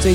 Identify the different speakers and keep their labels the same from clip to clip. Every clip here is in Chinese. Speaker 1: 最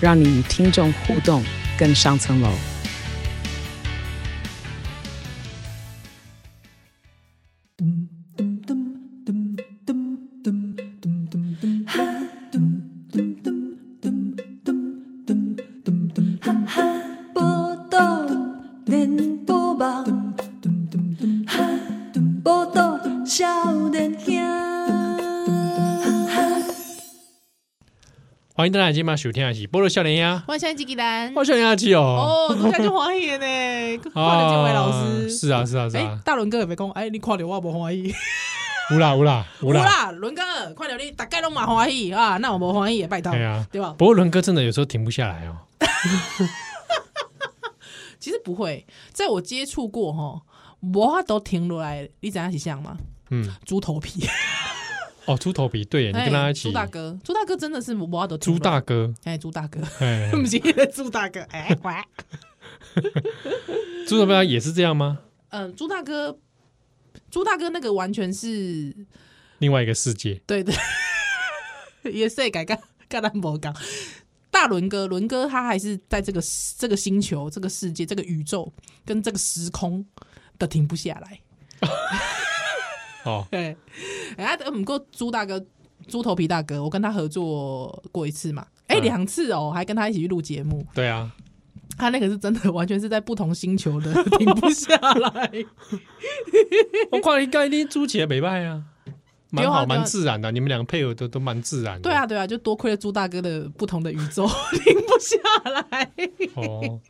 Speaker 1: 让你与听众互动更上层楼。
Speaker 2: 报道连波网，报道少年兄。
Speaker 3: 欢迎大家今晚收听的是《波罗笑脸鸭》，
Speaker 4: 我现在几个人？
Speaker 3: 我笑脸鸭基哦，
Speaker 4: 哦，坐下就欢喜的呢，看到建伟老
Speaker 3: 啊
Speaker 4: 师。
Speaker 3: 是啊是啊是
Speaker 4: 哎、
Speaker 3: 啊，
Speaker 4: 大伦哥有没讲？哎、你看到我无欢喜？
Speaker 3: 有啦有啦有
Speaker 4: 有
Speaker 3: 啦，
Speaker 4: 啦，伦哥，看到你大概拢嘛欢喜啊，那我无欢喜也拜托，
Speaker 3: 哎呀
Speaker 4: 对吧？
Speaker 3: 不过伦哥真的有时候停不下来哦，
Speaker 4: 其实不会，在我接触过吼，我法都停落来，你知影是像吗？
Speaker 3: 嗯，
Speaker 4: 猪头皮，
Speaker 3: 哦，猪头皮，对耶，你
Speaker 4: 哎
Speaker 3: 跟他一起
Speaker 4: 猪，大哥，猪大哥真的是我法都停
Speaker 3: 猪
Speaker 4: 下来
Speaker 3: 大，哥，
Speaker 4: 哎，猪大哥，
Speaker 3: 哎，
Speaker 4: 不是那个猪大哥，哎，喂
Speaker 3: 猪头皮也是这样吗？
Speaker 4: 嗯，猪大哥，猪大哥那个完全是
Speaker 3: 另外一个世界，
Speaker 4: 对 的，也是改干干咱无讲。大伦哥，伦哥他还是在这个这个星球、这个世界、这个宇宙跟这个时空的停不下来。
Speaker 3: 哦，
Speaker 4: 对，哎，我们过猪大哥、猪头皮大哥，我跟他合作过一次嘛，哎、
Speaker 3: 嗯
Speaker 4: 两次哦，还跟他一起去录节目。
Speaker 3: 对啊，
Speaker 4: 他那个是真的，完全是在不同星球的，停不下来。
Speaker 3: 我看你盖你猪起来没败啊，
Speaker 4: 对
Speaker 3: 蛮
Speaker 4: 啊
Speaker 3: 好
Speaker 4: 对啊
Speaker 3: 蛮自然的，你们两个配合都都蛮自然的，
Speaker 4: 对啊，，对啊，就多亏了猪大哥的不同的宇宙， 停不下来。
Speaker 3: 哦，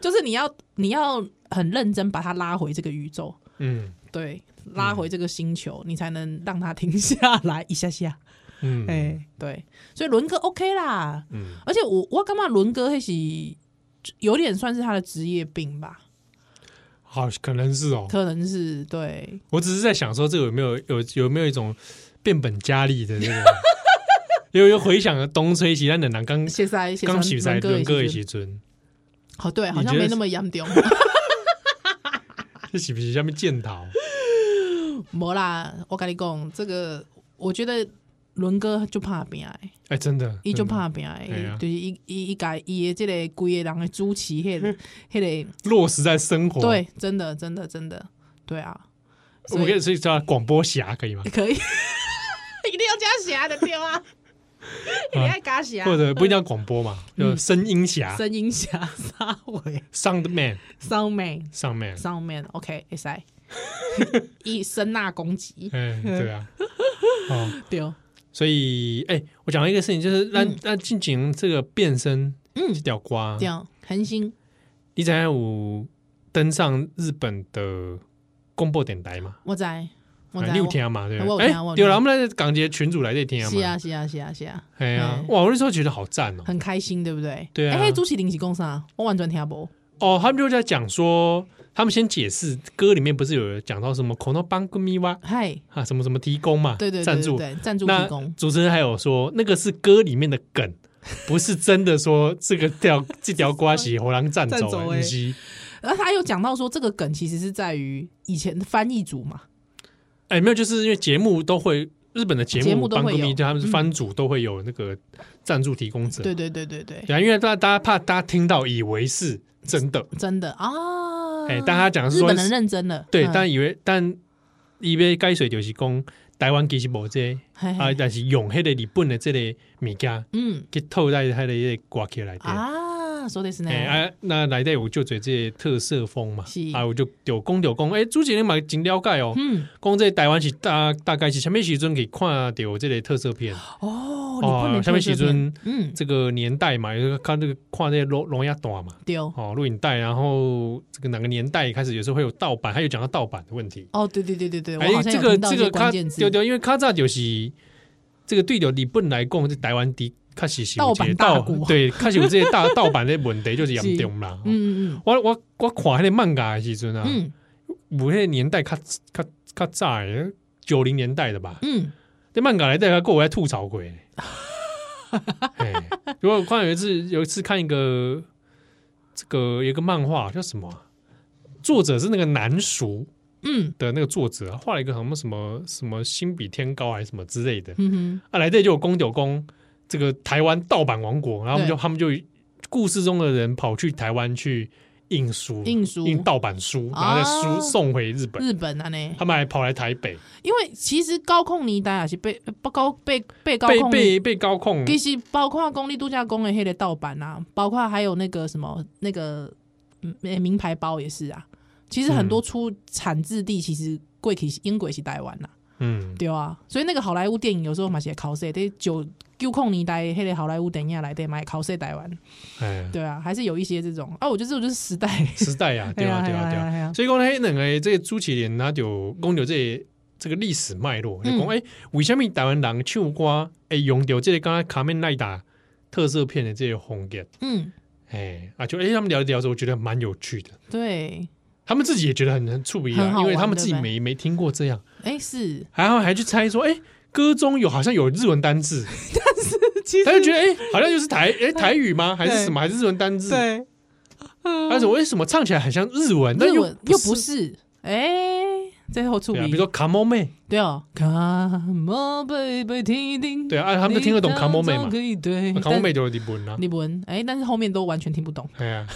Speaker 4: 就是你要你要很认真把它拉回这个宇宙，
Speaker 3: 嗯
Speaker 4: 对，拉回这个星球，你才能让它停下来一下下。
Speaker 3: 嗯，
Speaker 4: 哎、对，所以伦哥 OK 啦，
Speaker 3: 嗯，
Speaker 4: 而且我我干嘛伦哥那是有点算是他的职业病吧，
Speaker 3: 好，可能是哦，
Speaker 4: 可能是对，
Speaker 3: 我只是在想说，这个有没有有有没有一种变本加厉的那个？因为又回想了东吹西咱的人刚
Speaker 4: 谢塞谢
Speaker 3: 刚起
Speaker 4: 塞
Speaker 3: 在伦哥
Speaker 4: 哥
Speaker 3: 的
Speaker 4: 也是，
Speaker 3: 时阵，
Speaker 4: 好对，好
Speaker 3: 你
Speaker 4: 像
Speaker 3: 觉得
Speaker 4: 没那么严重，
Speaker 3: 这是不是下面剑逃？
Speaker 4: 没啦，我跟你讲，这个我觉得伦哥就怕病哎。
Speaker 3: 哎，真的，
Speaker 4: 伊就
Speaker 3: 真的
Speaker 4: 怕拼
Speaker 3: 嘿啊
Speaker 4: 诶，就是伊伊伊家伊的即个规个人的主持 迄个迄个，
Speaker 3: 落实在生活。，
Speaker 4: 对，真的真的真的，对啊，
Speaker 3: 我
Speaker 4: 所
Speaker 3: 们可
Speaker 4: 以
Speaker 3: 以所以叫他广播侠可以吗？
Speaker 4: 可以 一定要加侠的 对啊，一定要加侠，
Speaker 3: 啊或者不一定要广播嘛，就声音侠
Speaker 4: 嗯声音侠、沙尾、
Speaker 3: ，Sound Man，
Speaker 4: 骚妹、
Speaker 3: 上 Man。
Speaker 4: 骚妹，OK，会使，以声呐攻击，
Speaker 3: 哎，对啊，哦，
Speaker 4: 对，
Speaker 3: 所以哎，我讲一个事情，就是让让进行这个变身，
Speaker 4: 嗯
Speaker 3: 这条瓜，
Speaker 4: 对，恒星，
Speaker 3: 你知影有登上日本的广播电台嘛？
Speaker 4: 我知，我
Speaker 3: 哎
Speaker 4: 知，
Speaker 3: 你有
Speaker 4: 我
Speaker 3: 听嘛？对不
Speaker 4: 我
Speaker 3: 对？
Speaker 4: 有听我有
Speaker 3: 对了，
Speaker 4: 听
Speaker 3: 我们来港姐群主来这听嘛。
Speaker 4: 是啊，是啊是啊是啊，
Speaker 3: 哎呀
Speaker 4: 哎，
Speaker 3: 哇！我那时候觉得好赞哦。
Speaker 4: 很开心，对不对？
Speaker 3: 对啊
Speaker 4: 哎，朱启林是讲啥？我完全听不。
Speaker 3: 哦，他们就在讲说，他们先解释歌里面不是有讲到什么 “kono b a n g m i wa”
Speaker 4: 嗨，
Speaker 3: 啊，什么什么提供嘛，
Speaker 4: 对对对
Speaker 3: 赞助。
Speaker 4: 对对赞助
Speaker 3: 那
Speaker 4: 提供，
Speaker 3: 主持人还有说，那个是歌里面的梗，不是真的说这个 条这条瓜是猴狼战
Speaker 4: 战
Speaker 3: 走
Speaker 4: 走
Speaker 3: 的
Speaker 4: 欸
Speaker 3: 东西。
Speaker 4: 而他有讲到说这个梗其实是在于以前翻译组嘛，
Speaker 3: 哎，没有，就是因为节目都会。日本的节
Speaker 4: 节
Speaker 3: 目
Speaker 4: 目都
Speaker 3: 帮
Speaker 4: 会
Speaker 3: 歌迷，
Speaker 4: 有嗯
Speaker 3: 就他们是番组都会有那个赞助提供者，
Speaker 4: 对对对对对，
Speaker 3: 对啊，因为大家大家怕大家听到以为是真的，
Speaker 4: 真的啊，
Speaker 3: 哎、但他讲的是
Speaker 4: 日
Speaker 3: 说
Speaker 4: 本人认真了，
Speaker 3: 对，
Speaker 4: 嗯
Speaker 3: 但以为但以为该水就是讲台湾其实无这个
Speaker 4: 嘿嘿
Speaker 3: 啊，但是用迄个日本的这个物件
Speaker 4: 嗯
Speaker 3: 去套在迄个迄个挂起来的。
Speaker 4: 啊，说的是呢，
Speaker 3: 哎、啊，那来底有就做这个特色风嘛
Speaker 4: 是，
Speaker 3: 啊，我就有讲有讲，哎、主持人嘛真了解哦，
Speaker 4: 嗯
Speaker 3: 讲、这个台湾是大大概是什么时阵可以看到这个特色片，
Speaker 4: 哦，你不能
Speaker 3: 什么
Speaker 4: 推
Speaker 3: 时
Speaker 4: 这
Speaker 3: 阵
Speaker 4: 边，嗯
Speaker 3: 这个年代嘛，有时候看这个看这个龙龙亚大 嘛，
Speaker 4: 丢
Speaker 3: 哦，录影带，然后这个哪个年代开始，有时候会有盗版，还有讲到盗版的问题。
Speaker 4: 哦，对对对对对，
Speaker 3: 哎
Speaker 4: 我好，像
Speaker 3: 这
Speaker 4: 有
Speaker 3: 个
Speaker 4: 听到
Speaker 3: 这
Speaker 4: 一些
Speaker 3: 个
Speaker 4: 关
Speaker 3: 卡
Speaker 4: 键字，
Speaker 3: 对对，因为卡扎就是这个对着日本来讲，这台湾的确实是有
Speaker 4: 盗
Speaker 3: 这
Speaker 4: 版
Speaker 3: 个
Speaker 4: 大
Speaker 3: 盗
Speaker 4: 国
Speaker 3: 对，确实有这些大盗版的问题就是严重啦。哦
Speaker 4: 嗯嗯
Speaker 3: 我我我看迄个漫画的时阵啊，
Speaker 4: 嗯
Speaker 3: 有迄个年代较较较早的九零年代的吧，
Speaker 4: 嗯
Speaker 3: 这漫改来带他过，我还吐槽过 耶。哎，如果我看有一次，有一次看一个这个有一个漫画叫什么啊、作者是那个南熟
Speaker 4: 嗯
Speaker 3: 的那个作者啊，画了一个什么什么什么心比天高还是什么之类的
Speaker 4: 嗯嗯
Speaker 3: 啊，来这就有公九公这个台湾盗版王国，然后他们就
Speaker 4: 对
Speaker 3: 他们就故事中的人跑去台湾去印书，
Speaker 4: 印书
Speaker 3: 嗯印盗版书，然后再书、
Speaker 4: 哦
Speaker 3: 送回日本，
Speaker 4: 日本啊呢，
Speaker 3: 他们还跑来台北，
Speaker 4: 因为其实高控尼达啊也是被呃不高被被高
Speaker 3: 被
Speaker 4: 控尼
Speaker 3: 被被高控，
Speaker 4: 其实包括公立度假公的黑的盗版啊，包括还有那个什么那个嗯诶名牌包也是啊。其实
Speaker 3: 嗯
Speaker 4: 很多出产自地其实贵起英国是台湾呐、
Speaker 3: 嗯，
Speaker 4: 对啊。所以那个好莱坞电影有时候嘛是考试，得九九控年代黑的好莱坞电影来得买考试台湾，
Speaker 3: 哎。
Speaker 4: 对啊，还是有一些这种啊。我觉得这种就是时代，
Speaker 3: 时代呀、 对 啊，对啊，对啊。
Speaker 4: 啊，
Speaker 3: 所以讲，迄两个这个朱启莲，他就讲到这个这个历史脉络，就讲
Speaker 4: 嗯
Speaker 3: 诶，为什么台湾人唱歌会用到这个刚刚卡面赖达特色片的这个风格？
Speaker 4: 嗯，
Speaker 3: 诶，啊，就诶，他们聊着聊着，我觉得蛮有趣的。
Speaker 4: 对，
Speaker 3: 他们自己也觉得很很触鼻
Speaker 4: 很
Speaker 3: 啊，
Speaker 4: 好
Speaker 3: 因
Speaker 4: 玩
Speaker 3: 为他们自己
Speaker 4: 对不对
Speaker 3: 没没听过这样，
Speaker 4: 哎是，
Speaker 3: 然后还去猜说，诶，歌中有好像有日文单 字，
Speaker 4: 其
Speaker 3: 他就觉得诶，好像就是台诶台语吗？还是什么？还是日文单字？
Speaker 4: 对，
Speaker 3: 而且为什么唱起来很像日文，但
Speaker 4: 日
Speaker 3: 又
Speaker 4: 文又不是，哎，最后出
Speaker 3: 对啊，
Speaker 4: 名
Speaker 3: 比如。说卡莫妹，
Speaker 4: 对哦，Come on baby，听听。
Speaker 3: 对啊，啊他们就听得懂卡莫妹嘛
Speaker 4: 你当作。可以对，
Speaker 3: 啊卡莫妹就是日本啊
Speaker 4: 但。日文哎，但是后面都完全听不懂。
Speaker 3: 哎呀，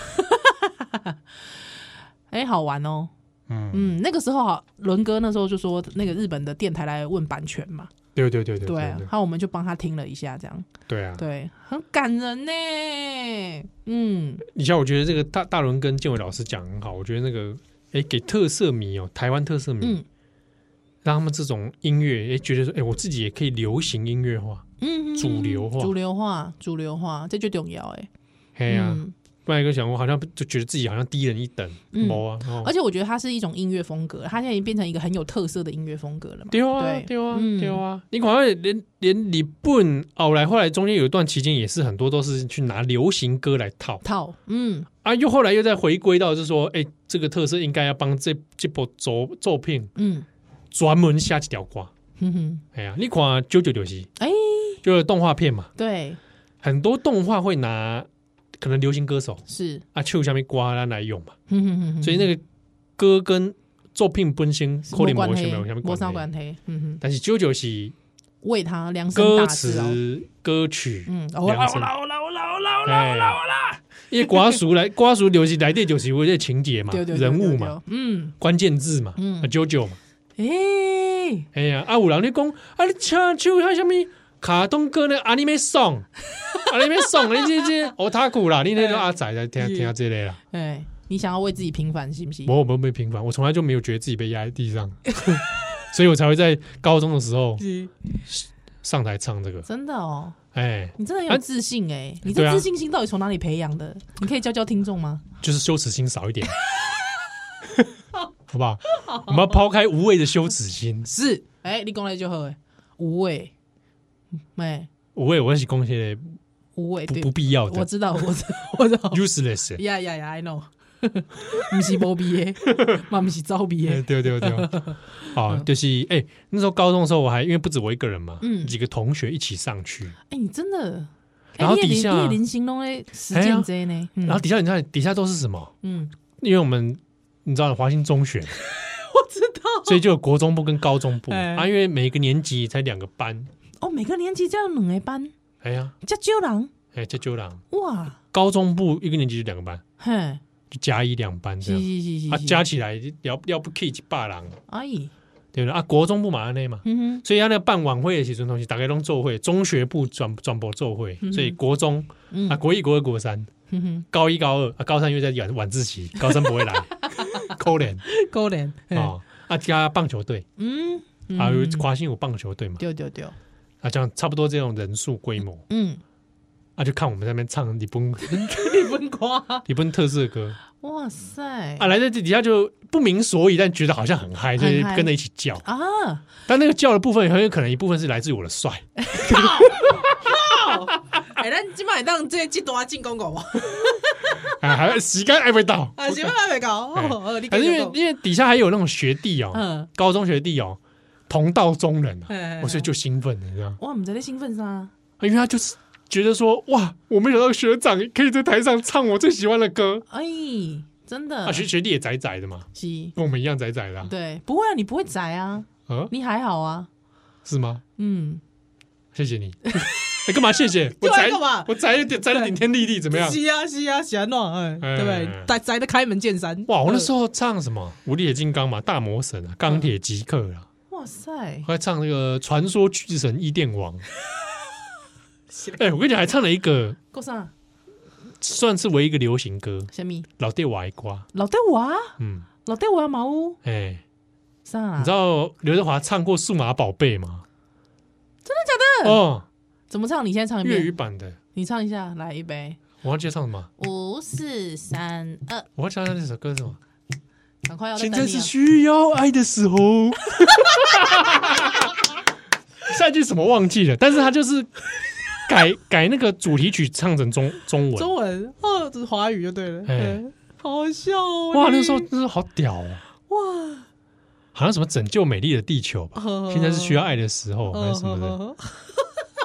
Speaker 4: 哎，好玩哦。
Speaker 3: 嗯，
Speaker 4: 嗯，那个时候好，伦哥那时候就说那个日本的电台来问版权嘛，
Speaker 3: 对对对对对
Speaker 4: 对，然后我们就帮他听了一下，这样
Speaker 3: 对啊！
Speaker 4: 对，很感人呢。嗯，
Speaker 3: 你像我觉得这个大大伦跟建伟老师讲很好，我觉得那个哎给特色迷哦，台湾特色迷，
Speaker 4: 嗯
Speaker 3: 让他们这种音乐哎觉得说哎我自己也可以流行音乐化，
Speaker 4: 嗯，
Speaker 3: 主流化
Speaker 4: 主流化，主流化，这就重要哎。
Speaker 3: 哎呀，
Speaker 4: 嗯，
Speaker 3: 不然一个想我好像就觉得自己好像低人一等，
Speaker 4: 嗯
Speaker 3: 没啊，哦
Speaker 4: 而且我觉得它是一种音乐风格，它现在已经变成一个很有特色的音乐风格了嘛。
Speaker 3: 对啊
Speaker 4: 对
Speaker 3: 对啊
Speaker 4: 嗯
Speaker 3: 对啊，你好像连连日本后来后来中间有一段期间也是很多都是去拿流行歌来套
Speaker 4: 套，嗯，
Speaker 3: 啊，又后来又再回归到就是说哎这个特色应该要帮这这部作作品
Speaker 4: 嗯
Speaker 3: 专门下几条瓜。
Speaker 4: 哼哼，
Speaker 3: 哎呀，你看九九九七，
Speaker 4: 哎
Speaker 3: 就是动画片嘛，
Speaker 4: 对，
Speaker 3: 很多动画会拿可能流行歌手
Speaker 4: 是，
Speaker 3: 啊，去下面刮啦来用嘛，
Speaker 4: 哼哼哼 哼，
Speaker 3: 所以那个歌跟作品本身
Speaker 4: 是
Speaker 3: 可能
Speaker 4: 没
Speaker 3: 没
Speaker 4: 黑
Speaker 3: 什么有什么
Speaker 4: 没啥
Speaker 3: 关
Speaker 4: 关
Speaker 3: 系。
Speaker 4: 系，嗯
Speaker 3: 但是九九是
Speaker 4: 哼，为他量身
Speaker 3: 歌
Speaker 4: 大志哦，
Speaker 3: 词、歌曲，
Speaker 4: 嗯，哦
Speaker 3: 量身
Speaker 4: 啦哦啦哦啦哦啦哦啦
Speaker 3: 哎，因为瓜熟来 瓜熟流行来电九十我这情节嘛，
Speaker 4: 对对对
Speaker 3: 人物，
Speaker 4: 对
Speaker 3: 嘛，
Speaker 4: 对嗯，
Speaker 3: 关键字嘛，
Speaker 4: 嗯
Speaker 3: 啊九九嘛，
Speaker 4: 哎，
Speaker 3: 哎呀，啊有人咧讲，啊你唱唱遐什物卡通歌呢？anime song，anime song，你啊这这 otaku 啦，你那个阿仔来听
Speaker 4: 哎是
Speaker 3: 听下这类啦。
Speaker 4: 哎，你想要为自己平反，行不行？
Speaker 3: 我我没有被平凡，我从来就没有觉得自己被压在地上， 所以我才会在高中的时候
Speaker 4: 是
Speaker 3: 上台唱这个。
Speaker 4: 真的哦，
Speaker 3: 哎，
Speaker 4: 你真的很
Speaker 3: 啊
Speaker 4: 有自信哎，你
Speaker 3: 对
Speaker 4: 这
Speaker 3: 啊
Speaker 4: 自信心到底从哪里培养的？你可以教教听众吗？
Speaker 3: 就是羞耻心少一 点，好不好？我们要抛开无谓的羞耻心。
Speaker 4: 是，哎，你讲来就好哎，无畏，哎，
Speaker 3: 无谓，我是讲些
Speaker 4: 无畏，
Speaker 3: 不
Speaker 4: 哎对
Speaker 3: 不，必要
Speaker 4: 我
Speaker 3: 的
Speaker 4: 知道，我知我知道。
Speaker 3: useless 的。
Speaker 4: 呀呀呀！I know，不是无毕业， 嘛不是招毕
Speaker 3: 哎
Speaker 4: 业。
Speaker 3: 对对对，好，就是哎、那时候高中的时候，我还因为不止我一个人嘛，
Speaker 4: 嗯
Speaker 3: 几个同学一起上去，
Speaker 4: 哎，你真的，
Speaker 3: 然后
Speaker 4: 哎你的
Speaker 3: 底下
Speaker 4: 你的林星拢在实
Speaker 3: 哎呀
Speaker 4: 践这呢，嗯
Speaker 3: 然后底下你看底下都是什么？
Speaker 4: 嗯，
Speaker 3: 因为我们你知道华兴中学，我知道，所以就有国中部跟高中部、
Speaker 4: 哎
Speaker 3: 啊，因为每个年级才两个班，
Speaker 4: 哦，每个年级只有两个班，
Speaker 3: 哎呀，
Speaker 4: 这少人
Speaker 3: 哎，这就两
Speaker 4: 哇，
Speaker 3: 高中部一个年级就两个班，
Speaker 4: 嘿，
Speaker 3: 就加一两班这
Speaker 4: 是
Speaker 3: 样，
Speaker 4: 是是是
Speaker 3: 啊，
Speaker 4: 是，
Speaker 3: 加起来要要不 K 一霸郎，
Speaker 4: 阿姨，
Speaker 3: 对不对？啊，国中部嘛那嘛。
Speaker 4: 嗯
Speaker 3: 所以他那个办晚会的时阵，东西大概拢做会，中学部转转播做会，所以国中
Speaker 4: 哼，嗯
Speaker 3: 啊，国一、国二、国三，
Speaker 4: 哼嗯哼，
Speaker 3: 高一、高二啊，高三因为在晚晚自习，高三不 会来，扣脸
Speaker 4: 高人，嘿
Speaker 3: 啊啊，加棒球队
Speaker 4: 嗯，嗯
Speaker 3: 啊，有华兴有棒球队嘛，
Speaker 4: 对对对，
Speaker 3: 啊，这样差不多这种人数规模，
Speaker 4: 嗯，
Speaker 3: 啊，就看我们在那边唱李本
Speaker 4: 日本歌，
Speaker 3: 李本特色歌
Speaker 4: 哇塞
Speaker 3: 啊，来在这底下就不明所以，但觉得好像很嗨，就是
Speaker 4: 很嗨
Speaker 3: 跟着一起叫。
Speaker 4: 啊！
Speaker 3: 但那个叫的部分很有可能一部分是来自于我的帅，
Speaker 4: 哎，咱今晚当这这段进攻 狗吗？
Speaker 3: 啊，还时间还没到，
Speaker 4: 啊，行吧，别搞，
Speaker 3: 哎
Speaker 4: 哦你
Speaker 3: 反正因为
Speaker 4: 继续
Speaker 3: 因为底下还有那种学弟哦，
Speaker 4: 嗯
Speaker 3: 高中学弟哦，同道中人
Speaker 4: 哎哎
Speaker 3: 啊
Speaker 4: 哎，
Speaker 3: 我所以就兴奋了，你知道吗，哎
Speaker 4: 哇，我们在那兴奋啥？
Speaker 3: 因为他就是觉得说，哇，我没想到学长可以在台上唱我最喜欢的歌，
Speaker 4: 哎，真的
Speaker 3: 啊，学学弟也宅宅的嘛，
Speaker 4: 是，
Speaker 3: 跟我们一样宅宅的啊，
Speaker 4: 对，不会啊，你不会宅啊，
Speaker 3: 啊，
Speaker 4: 你还好啊，
Speaker 3: 是吗？
Speaker 4: 嗯，
Speaker 3: 谢谢你， 哎，干嘛谢谢？我
Speaker 4: 对啊
Speaker 3: 宅
Speaker 4: 干嘛
Speaker 3: 我宅的宅的顶天立地，怎么样？
Speaker 4: 是啊，是啊，是啊，那哎，
Speaker 3: 哎
Speaker 4: 对不对？宅宅的开门见山。
Speaker 3: 哇，我那时候唱什么《无敌铁金刚》嘛，《大魔神》
Speaker 4: 嗯
Speaker 3: 啊，《钢铁极客》啊，
Speaker 4: 候，哇塞，
Speaker 3: 还唱那个《传说巨神伊甸 王》。哎、我跟你讲，还唱了一个
Speaker 4: 够啥？
Speaker 3: 算是唯一一个流行歌，
Speaker 4: 什么？
Speaker 3: 老爹我爱瓜。
Speaker 4: 老爹我啊，
Speaker 3: 嗯，
Speaker 4: 老爹我要毛屋
Speaker 3: 哎、
Speaker 4: 啥啊？
Speaker 3: 你知道刘德华唱过《数码宝贝》吗？
Speaker 4: 真的假的？
Speaker 3: 哦，
Speaker 4: 怎么唱？你现在唱一
Speaker 3: 粤语
Speaker 4: 遍，
Speaker 3: 版的，
Speaker 4: 你唱一下，来一杯，
Speaker 3: 我忘记唱什么，
Speaker 4: 五四三二，
Speaker 3: 我忘记唱那首歌是什么。
Speaker 4: 赶快要在
Speaker 3: 现
Speaker 4: 等
Speaker 3: 在
Speaker 4: 你
Speaker 3: 是
Speaker 4: 啊！
Speaker 3: 需要爱的时候。下一句什么忘记了，但是他就是改改那个主题曲唱成中中文。
Speaker 4: 中文哦，这是华语就对了，
Speaker 3: 哎
Speaker 4: 对，好好笑哦！
Speaker 3: 哇，
Speaker 4: 你
Speaker 3: 那时候那时候好屌哦！
Speaker 4: 哇，
Speaker 3: 好像什么拯救美丽的地球吧，现在是需要爱的时候还是什么的。
Speaker 4: 的。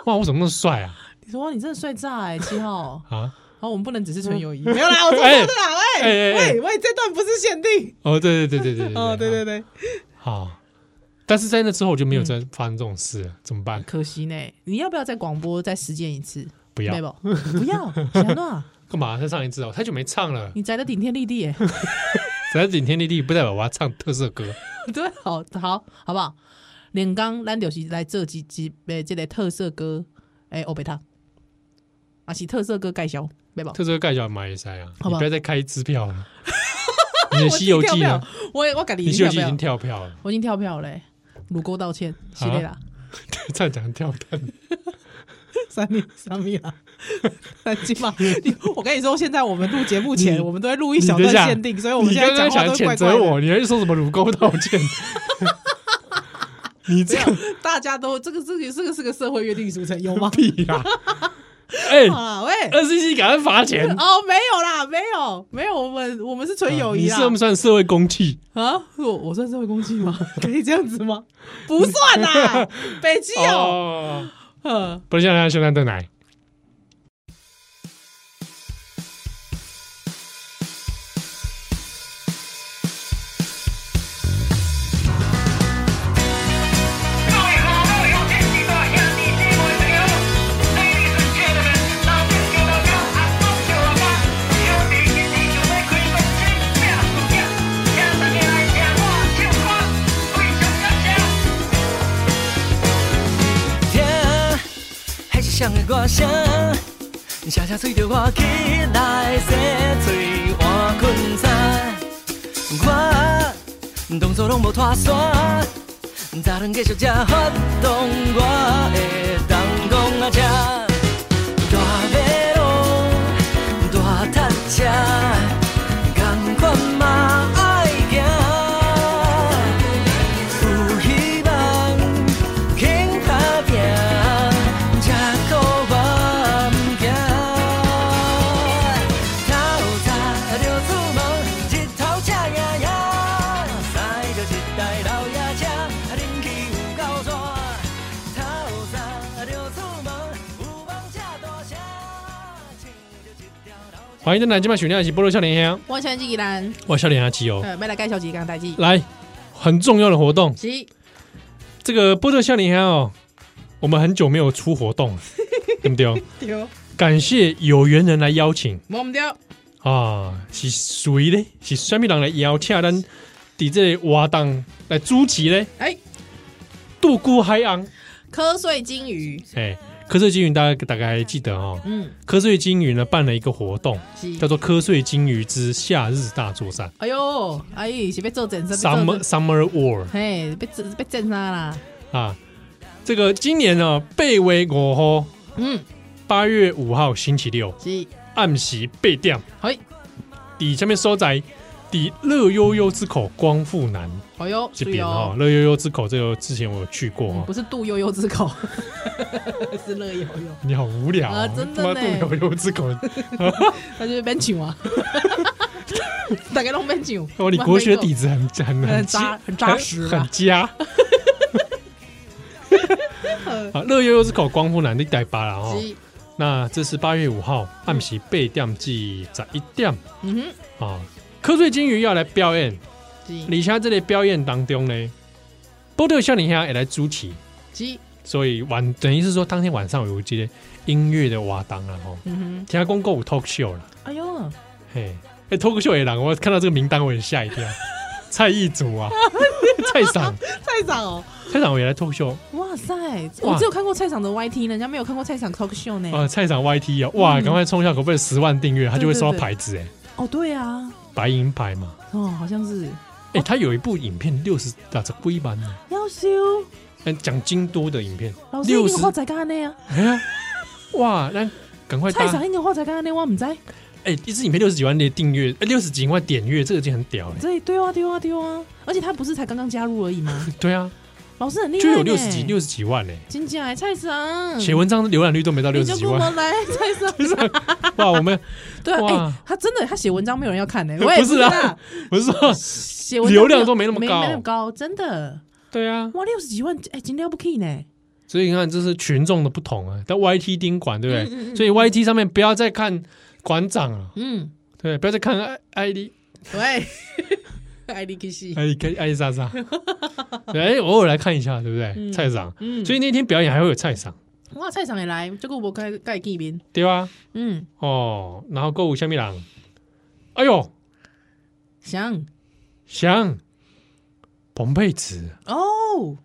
Speaker 3: 哇，我怎么那么帅啊！
Speaker 4: 你说哇，你真的帅炸哎，七号
Speaker 3: 啊！
Speaker 4: 好，我们不能只是纯友谊，没有啦，我说
Speaker 3: 哎
Speaker 4: 错的啦，
Speaker 3: 哎哎
Speaker 4: 喂
Speaker 3: 哎
Speaker 4: 喂喂，这段不是限定
Speaker 3: 哦，对对对对对
Speaker 4: 哦，对对
Speaker 3: 对，
Speaker 4: 对，
Speaker 3: 好。但是在那之后我就没有再发生这种事了，怎么办？
Speaker 4: 可惜呢，你要不要在广播再实践一次？
Speaker 3: 不要
Speaker 4: 没有不要，小诺，
Speaker 3: 干嘛？再唱一次哦，太久没唱了，
Speaker 4: 你宅的顶天立地耶，
Speaker 3: 只要顶天立地，不代表我要唱特色 歌。
Speaker 4: 对，好好好不好？连刚咱就是来做几几诶，这个特色歌，诶，欧贝塔，啊是特色歌介绍，没有？
Speaker 3: 特色盖小马也塞啊，
Speaker 4: 好
Speaker 3: 你
Speaker 4: 吧
Speaker 3: 不要再开支票 了。你的《西游记》呢？
Speaker 4: 我我感觉
Speaker 3: 你《
Speaker 4: 已
Speaker 3: 西
Speaker 4: 经
Speaker 3: 游记》已
Speaker 4: 跳
Speaker 3: 经跳
Speaker 4: 票，
Speaker 3: 票了，
Speaker 4: 我已经跳票嘞，乳沟道歉，系列啦，
Speaker 3: 这样讲跳蛋。
Speaker 4: 三米三米
Speaker 3: 啊
Speaker 4: 啦，三金嘛， 你我跟你说，现在我们录节目前，
Speaker 3: 你
Speaker 4: 我们都会录一小段限定，所以我们
Speaker 3: 你
Speaker 4: 现在
Speaker 3: 刚
Speaker 4: 讲
Speaker 3: 刚
Speaker 4: 话
Speaker 3: 想
Speaker 4: 都
Speaker 3: 谴
Speaker 4: 怪
Speaker 3: 责
Speaker 4: 怪的。
Speaker 3: 我，你还说什么乳沟道歉？ 你这个？
Speaker 4: 大家都这个这个这个是个社会约定俗成，有吗
Speaker 3: 屁 呀！哎，
Speaker 4: 啊喂，
Speaker 3: 二 C C 赶快罚钱！
Speaker 4: 哦，没有啦，没有没有，我们我们是纯友谊
Speaker 3: 啊你
Speaker 4: 啦。
Speaker 3: 算不算社会公器？
Speaker 4: 啊，我我算社会公器吗？ 可以这样子吗？不 算啦，北极有。
Speaker 3: 哦，
Speaker 4: 嗯，
Speaker 3: 不像他现在在哪？
Speaker 5: 各位好，各位好，天气多兄弟姊妹朋友，Ladies and gentlemen，老天叫老鸟，阿公叫阿妈，小弟今日就要开动真正事业，请大家来听我唱歌，非常感谢。
Speaker 6: 听，迄是谁的歌声？声声催着我起来洗嘴换困衫。我动作拢无拖沙，昨昏继续吃活动，我会当讲啊吃。大马路，大踏车，同款嘛爱行。有希望，肯打拼，吃苦嘛不惊。头早就出门，日头赤呀呀，驶着一台老爷车，冷气有够热。头早就出门，有梦这大声，穿着一条老车。
Speaker 3: 欢迎登来，今晚选亮起菠萝笑脸香，
Speaker 4: 我现在依然
Speaker 3: 我笑脸阿基哦，
Speaker 4: 呃，要来介绍几项代志。
Speaker 3: 来，很重要的活动，
Speaker 4: 是
Speaker 3: 这个波特笑脸香哦，我们很久没有出活动了，对不对？
Speaker 4: 丢，
Speaker 3: 感谢有缘人来邀请。
Speaker 4: 哦摸唔掉。
Speaker 3: 啊，是谁呢？是什么人来邀请咱伫这个活动来主持呢？
Speaker 4: 哎，
Speaker 3: 杜姑海昂，
Speaker 4: 瞌睡金鱼，
Speaker 3: 哎，瞌睡金鱼大家大概还记得哦。
Speaker 4: 嗯，
Speaker 3: 瞌睡金鱼呢办了一个活动，
Speaker 4: 是。
Speaker 3: 叫做“瞌睡金鱼之夏日大作战
Speaker 4: 哎呦，哎，是被做整身，被做
Speaker 3: ”（Summer
Speaker 4: 整
Speaker 3: Summer War）
Speaker 4: 嘿，被整被整啥啦？
Speaker 3: 啊。这个今年呢、被为五号
Speaker 4: 嗯，
Speaker 3: 八月五号星期六
Speaker 4: 是，
Speaker 3: 暗时八点，
Speaker 4: 嘿，
Speaker 3: 底下面收在底乐悠悠之口光复南
Speaker 4: 哎呦，
Speaker 3: 这
Speaker 4: 注意
Speaker 3: 边哦
Speaker 4: 哦，，
Speaker 3: 乐悠悠之口这个之前我有去过
Speaker 4: 嗯
Speaker 3: 哦
Speaker 4: 不。是杜悠悠 之口，是乐悠悠，
Speaker 3: 你好无聊
Speaker 4: 啊
Speaker 3: 哦，
Speaker 4: 真的
Speaker 3: 他妈
Speaker 4: 呢
Speaker 3: 乐悠悠之 口，
Speaker 4: 他就是边 唱啊，大家都边唱。
Speaker 3: 哦，你国学底子很很
Speaker 4: 很
Speaker 3: 基
Speaker 4: 扎很扎实啊
Speaker 3: 很很夹。 啊，乐悠悠之口光复南的代八啦哦。
Speaker 4: 是，
Speaker 3: 那这是八月五号暗时八点至十一点
Speaker 4: 嗯哼，
Speaker 3: 啊，瞌睡金鱼要来表演。
Speaker 4: 是
Speaker 3: 而且这个表演当中呢，波特少年兄也来主持，
Speaker 4: 是，
Speaker 3: 所以晚等于是说当天晚上有这个音乐的瓦当啊吼，
Speaker 4: 嗯
Speaker 3: 听公共有 talk show 了，
Speaker 4: 哼，哎呦，
Speaker 3: 嘿，哎、talk show 也人，我看到这个名单我也吓一跳，蔡一祖 啊，蔡赏，
Speaker 4: 菜场哦，
Speaker 3: 蔡赏也来 talk show，
Speaker 4: 哇塞，
Speaker 3: 哇
Speaker 4: 我只有看过菜场的 YT，人家没有看过菜场 talk show 呢。
Speaker 3: 啊，蔡赏 YT 啊，哇，赶快冲一下，可不可以十万订阅，他就会
Speaker 4: 对对
Speaker 3: 收到
Speaker 4: 嗯对
Speaker 3: 牌子哎、
Speaker 4: 哦，对啊，
Speaker 3: 白银牌嘛，
Speaker 4: 哦，好像是
Speaker 3: 哎、他有一部影片六十啊打着龟版呢，
Speaker 4: 要修
Speaker 3: 嗯讲京都的影片，
Speaker 4: 老师，
Speaker 3: 六
Speaker 4: 你
Speaker 3: 十
Speaker 4: 个画仔干那样，
Speaker 3: 哇，那赶快搭
Speaker 4: 啊菜场应该画仔干啊那，我唔知。
Speaker 3: 哎、一支影片六十几万的订阅，哎六、十几万点阅，这个已经很屌了。
Speaker 4: 这对啊，对啊，对啊，而且他不是才刚刚加入而已 吗？
Speaker 3: 对啊，
Speaker 4: 老师很厉害
Speaker 3: 就
Speaker 4: 呢，嗯
Speaker 3: 有六十几六十几万嘞、
Speaker 4: 真假的菜场
Speaker 3: 写文章的浏览率都没到六
Speaker 4: 你
Speaker 3: 十
Speaker 4: 就
Speaker 3: 几
Speaker 4: 跟我
Speaker 3: 万，
Speaker 4: 们来菜场。
Speaker 3: 哇！我们
Speaker 4: 对啊，
Speaker 3: 哇
Speaker 4: 哎、他真的，他写文章没有人要看呢、 我也
Speaker 3: 不是啊
Speaker 4: 啊，
Speaker 3: 我是说，
Speaker 4: 写文章
Speaker 3: 流量都没那么
Speaker 4: 没
Speaker 3: 高
Speaker 4: 没那么高，真的，
Speaker 3: 对啊，
Speaker 4: 哇，六十几万，哎、今天要不 key 呢？
Speaker 3: 所以你看这是群众的不同啊。但 YT 丁管对不对？
Speaker 4: 嗯嗯嗯
Speaker 3: 所以 YT 上面不要再看馆长了，
Speaker 4: 嗯，
Speaker 3: 对，不要再看艾艾丽
Speaker 4: 喂， 艾利克西，
Speaker 3: 艾丽艾丽哎莎 莎，对，哎偶尔来看一下，对不对？菜场，
Speaker 4: 嗯，
Speaker 3: 所以那天表演还会有菜场，
Speaker 4: 哇，菜场也来，这个我该该见面，
Speaker 3: 对吧？
Speaker 4: 嗯，
Speaker 3: 哦，然后购物下面郎，哎呦，
Speaker 4: 想
Speaker 3: 翔，彭佩慈。
Speaker 4: 哦，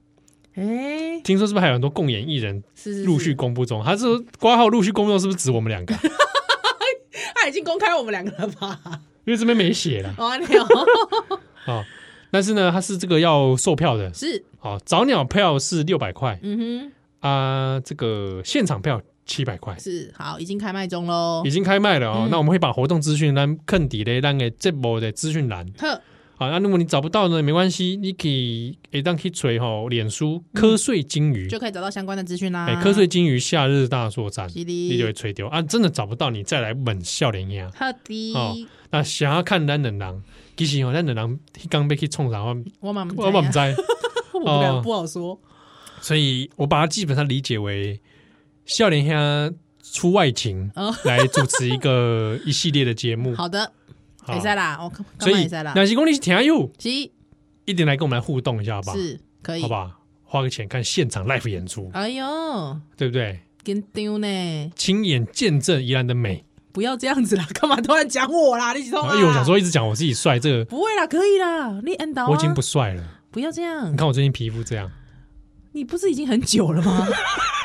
Speaker 4: 哎、
Speaker 3: 听说是不是还有很多共演艺人
Speaker 4: 是是是
Speaker 3: 陆续，公布中？他是挂号陆续公布中，是不是指我们两个？
Speaker 4: 他啊已经公开我们两个了吧？
Speaker 3: 因为这边没写了
Speaker 4: 哦，没有，
Speaker 3: 啊。但是呢，他是这个要售票的，
Speaker 4: 是，
Speaker 3: 好、早鸟票是六百块
Speaker 4: 嗯
Speaker 3: 啊，这个现场票七百块
Speaker 4: 哼，，是，好，已经开卖中喽
Speaker 3: 已，经开卖了哦。
Speaker 4: 嗯
Speaker 3: 那我们会把活动资讯栏、坑底的、让给这波的资讯栏，
Speaker 4: 呵，
Speaker 3: 好，啊那如果你找不到呢，没关系，你可以诶，当去锤哈，脸书瞌睡金鱼
Speaker 4: 嗯就，可以找到相关的资讯啦。
Speaker 3: 哎、瞌睡金鱼夏日大作战，
Speaker 4: 是的
Speaker 3: 你就会吹丢啊！真的找不到你再来问笑脸呀。
Speaker 4: 好的，
Speaker 3: 哦那想要看咱两人，其实哦，咱两人迄刚被去冲啥，我
Speaker 4: 我妈妈啊
Speaker 3: 我嘛不知道，
Speaker 4: 我不敢
Speaker 3: 哦
Speaker 4: 不好说。
Speaker 3: 所以我把它基本上理解为笑脸兄出外勤
Speaker 4: 哦
Speaker 3: 来主持一 个一系列的节目。
Speaker 4: 好的，
Speaker 3: 嗯好
Speaker 4: 比赛啦，我看
Speaker 3: 所以
Speaker 4: 比赛啦，
Speaker 3: 两是公里听友
Speaker 4: 七
Speaker 3: 一定来跟我们来互动一下吧，
Speaker 4: 是可以
Speaker 3: 好，吧？花个钱看现场 live 演出，
Speaker 4: 哎呦，
Speaker 3: 对不对？
Speaker 4: 跟丢呢，
Speaker 3: 亲眼见证宜兰的美。
Speaker 4: 不要这样子啦， 干嘛突然讲我啦？你知道
Speaker 3: 因
Speaker 4: 吗？
Speaker 3: 哎为我想说，一直讲我自己帅，这个
Speaker 4: 不会啦，可以啦，你按到啊
Speaker 3: 我已经不帅了。
Speaker 4: 不要这样
Speaker 3: 你，看我最近皮肤这样，
Speaker 4: 你不是已经很久了吗？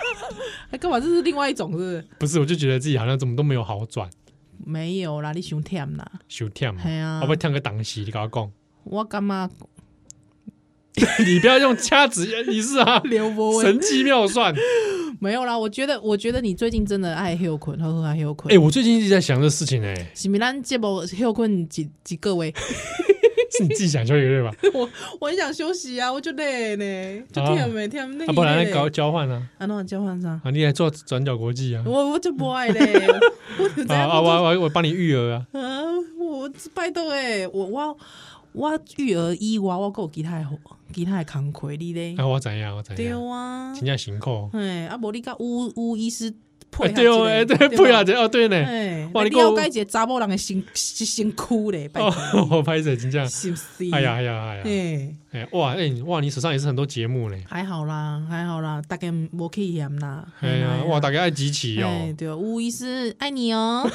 Speaker 4: 还干嘛？这是另外一种，是不是？
Speaker 3: 不是，我就觉得自己好像怎么都没有好转，
Speaker 4: 没有啦，你想甜啦，
Speaker 3: 羞跳嘛
Speaker 4: 哎。呀
Speaker 3: 我，不跳个档期，你跟我讲。
Speaker 4: 我干嘛
Speaker 3: 你不要用掐指，你是啊，
Speaker 4: 刘伯文
Speaker 3: 神机妙算。
Speaker 4: 没有啦？我觉得，我觉得你最近真的爱休困，呵呵，爱休
Speaker 3: 哎、
Speaker 4: 困。
Speaker 3: 我最近一直在想这事情、哎，
Speaker 4: 是米兰节目休困几几个位？
Speaker 3: 是你自己想休一个月 吧？
Speaker 4: 我我很想休息啊，我就累呢，就
Speaker 3: 啊
Speaker 4: 天没天那
Speaker 3: 啊，不然来搞交换啊，
Speaker 4: 啊，那我交换上，
Speaker 3: 啊，你来做转角国际啊，
Speaker 4: 我我就不爱嘞，我就这
Speaker 3: 啊
Speaker 4: 样
Speaker 3: 啊，
Speaker 4: 啊，
Speaker 3: 我
Speaker 4: 我
Speaker 3: 我我帮你育儿啊，
Speaker 4: 啊，我拜托哎，我我我育儿以外，我还有其他的其他的工课你嘞，
Speaker 3: 啊，我怎样，我怎
Speaker 4: 对
Speaker 3: 样，
Speaker 4: 啊，
Speaker 3: 请假行 扣，
Speaker 4: 哎，啊，无你甲有有医师配
Speaker 3: 哎
Speaker 4: 合
Speaker 3: 对哦，
Speaker 4: 一下
Speaker 3: 哎，对，不
Speaker 4: 吧
Speaker 3: 要这哦，对呢，
Speaker 4: 哎，
Speaker 3: 哇
Speaker 4: 来
Speaker 3: 你还有
Speaker 4: 了解一个查某人的辛辛苦嘞，拜
Speaker 3: 哦
Speaker 4: 托，，
Speaker 3: 我拍谁请假？
Speaker 4: 是不是？
Speaker 3: 哎呀，哎呀，哎呀，
Speaker 4: 哎。
Speaker 3: 哎哇，哎哇，你手上也是很多节目呢，
Speaker 4: 还好啦，还好啦，大概无去嫌啦。
Speaker 3: 哎呀，哇，大家爱集齐
Speaker 4: 哎，
Speaker 3: 哦，
Speaker 4: 对，吴医师爱你 哦。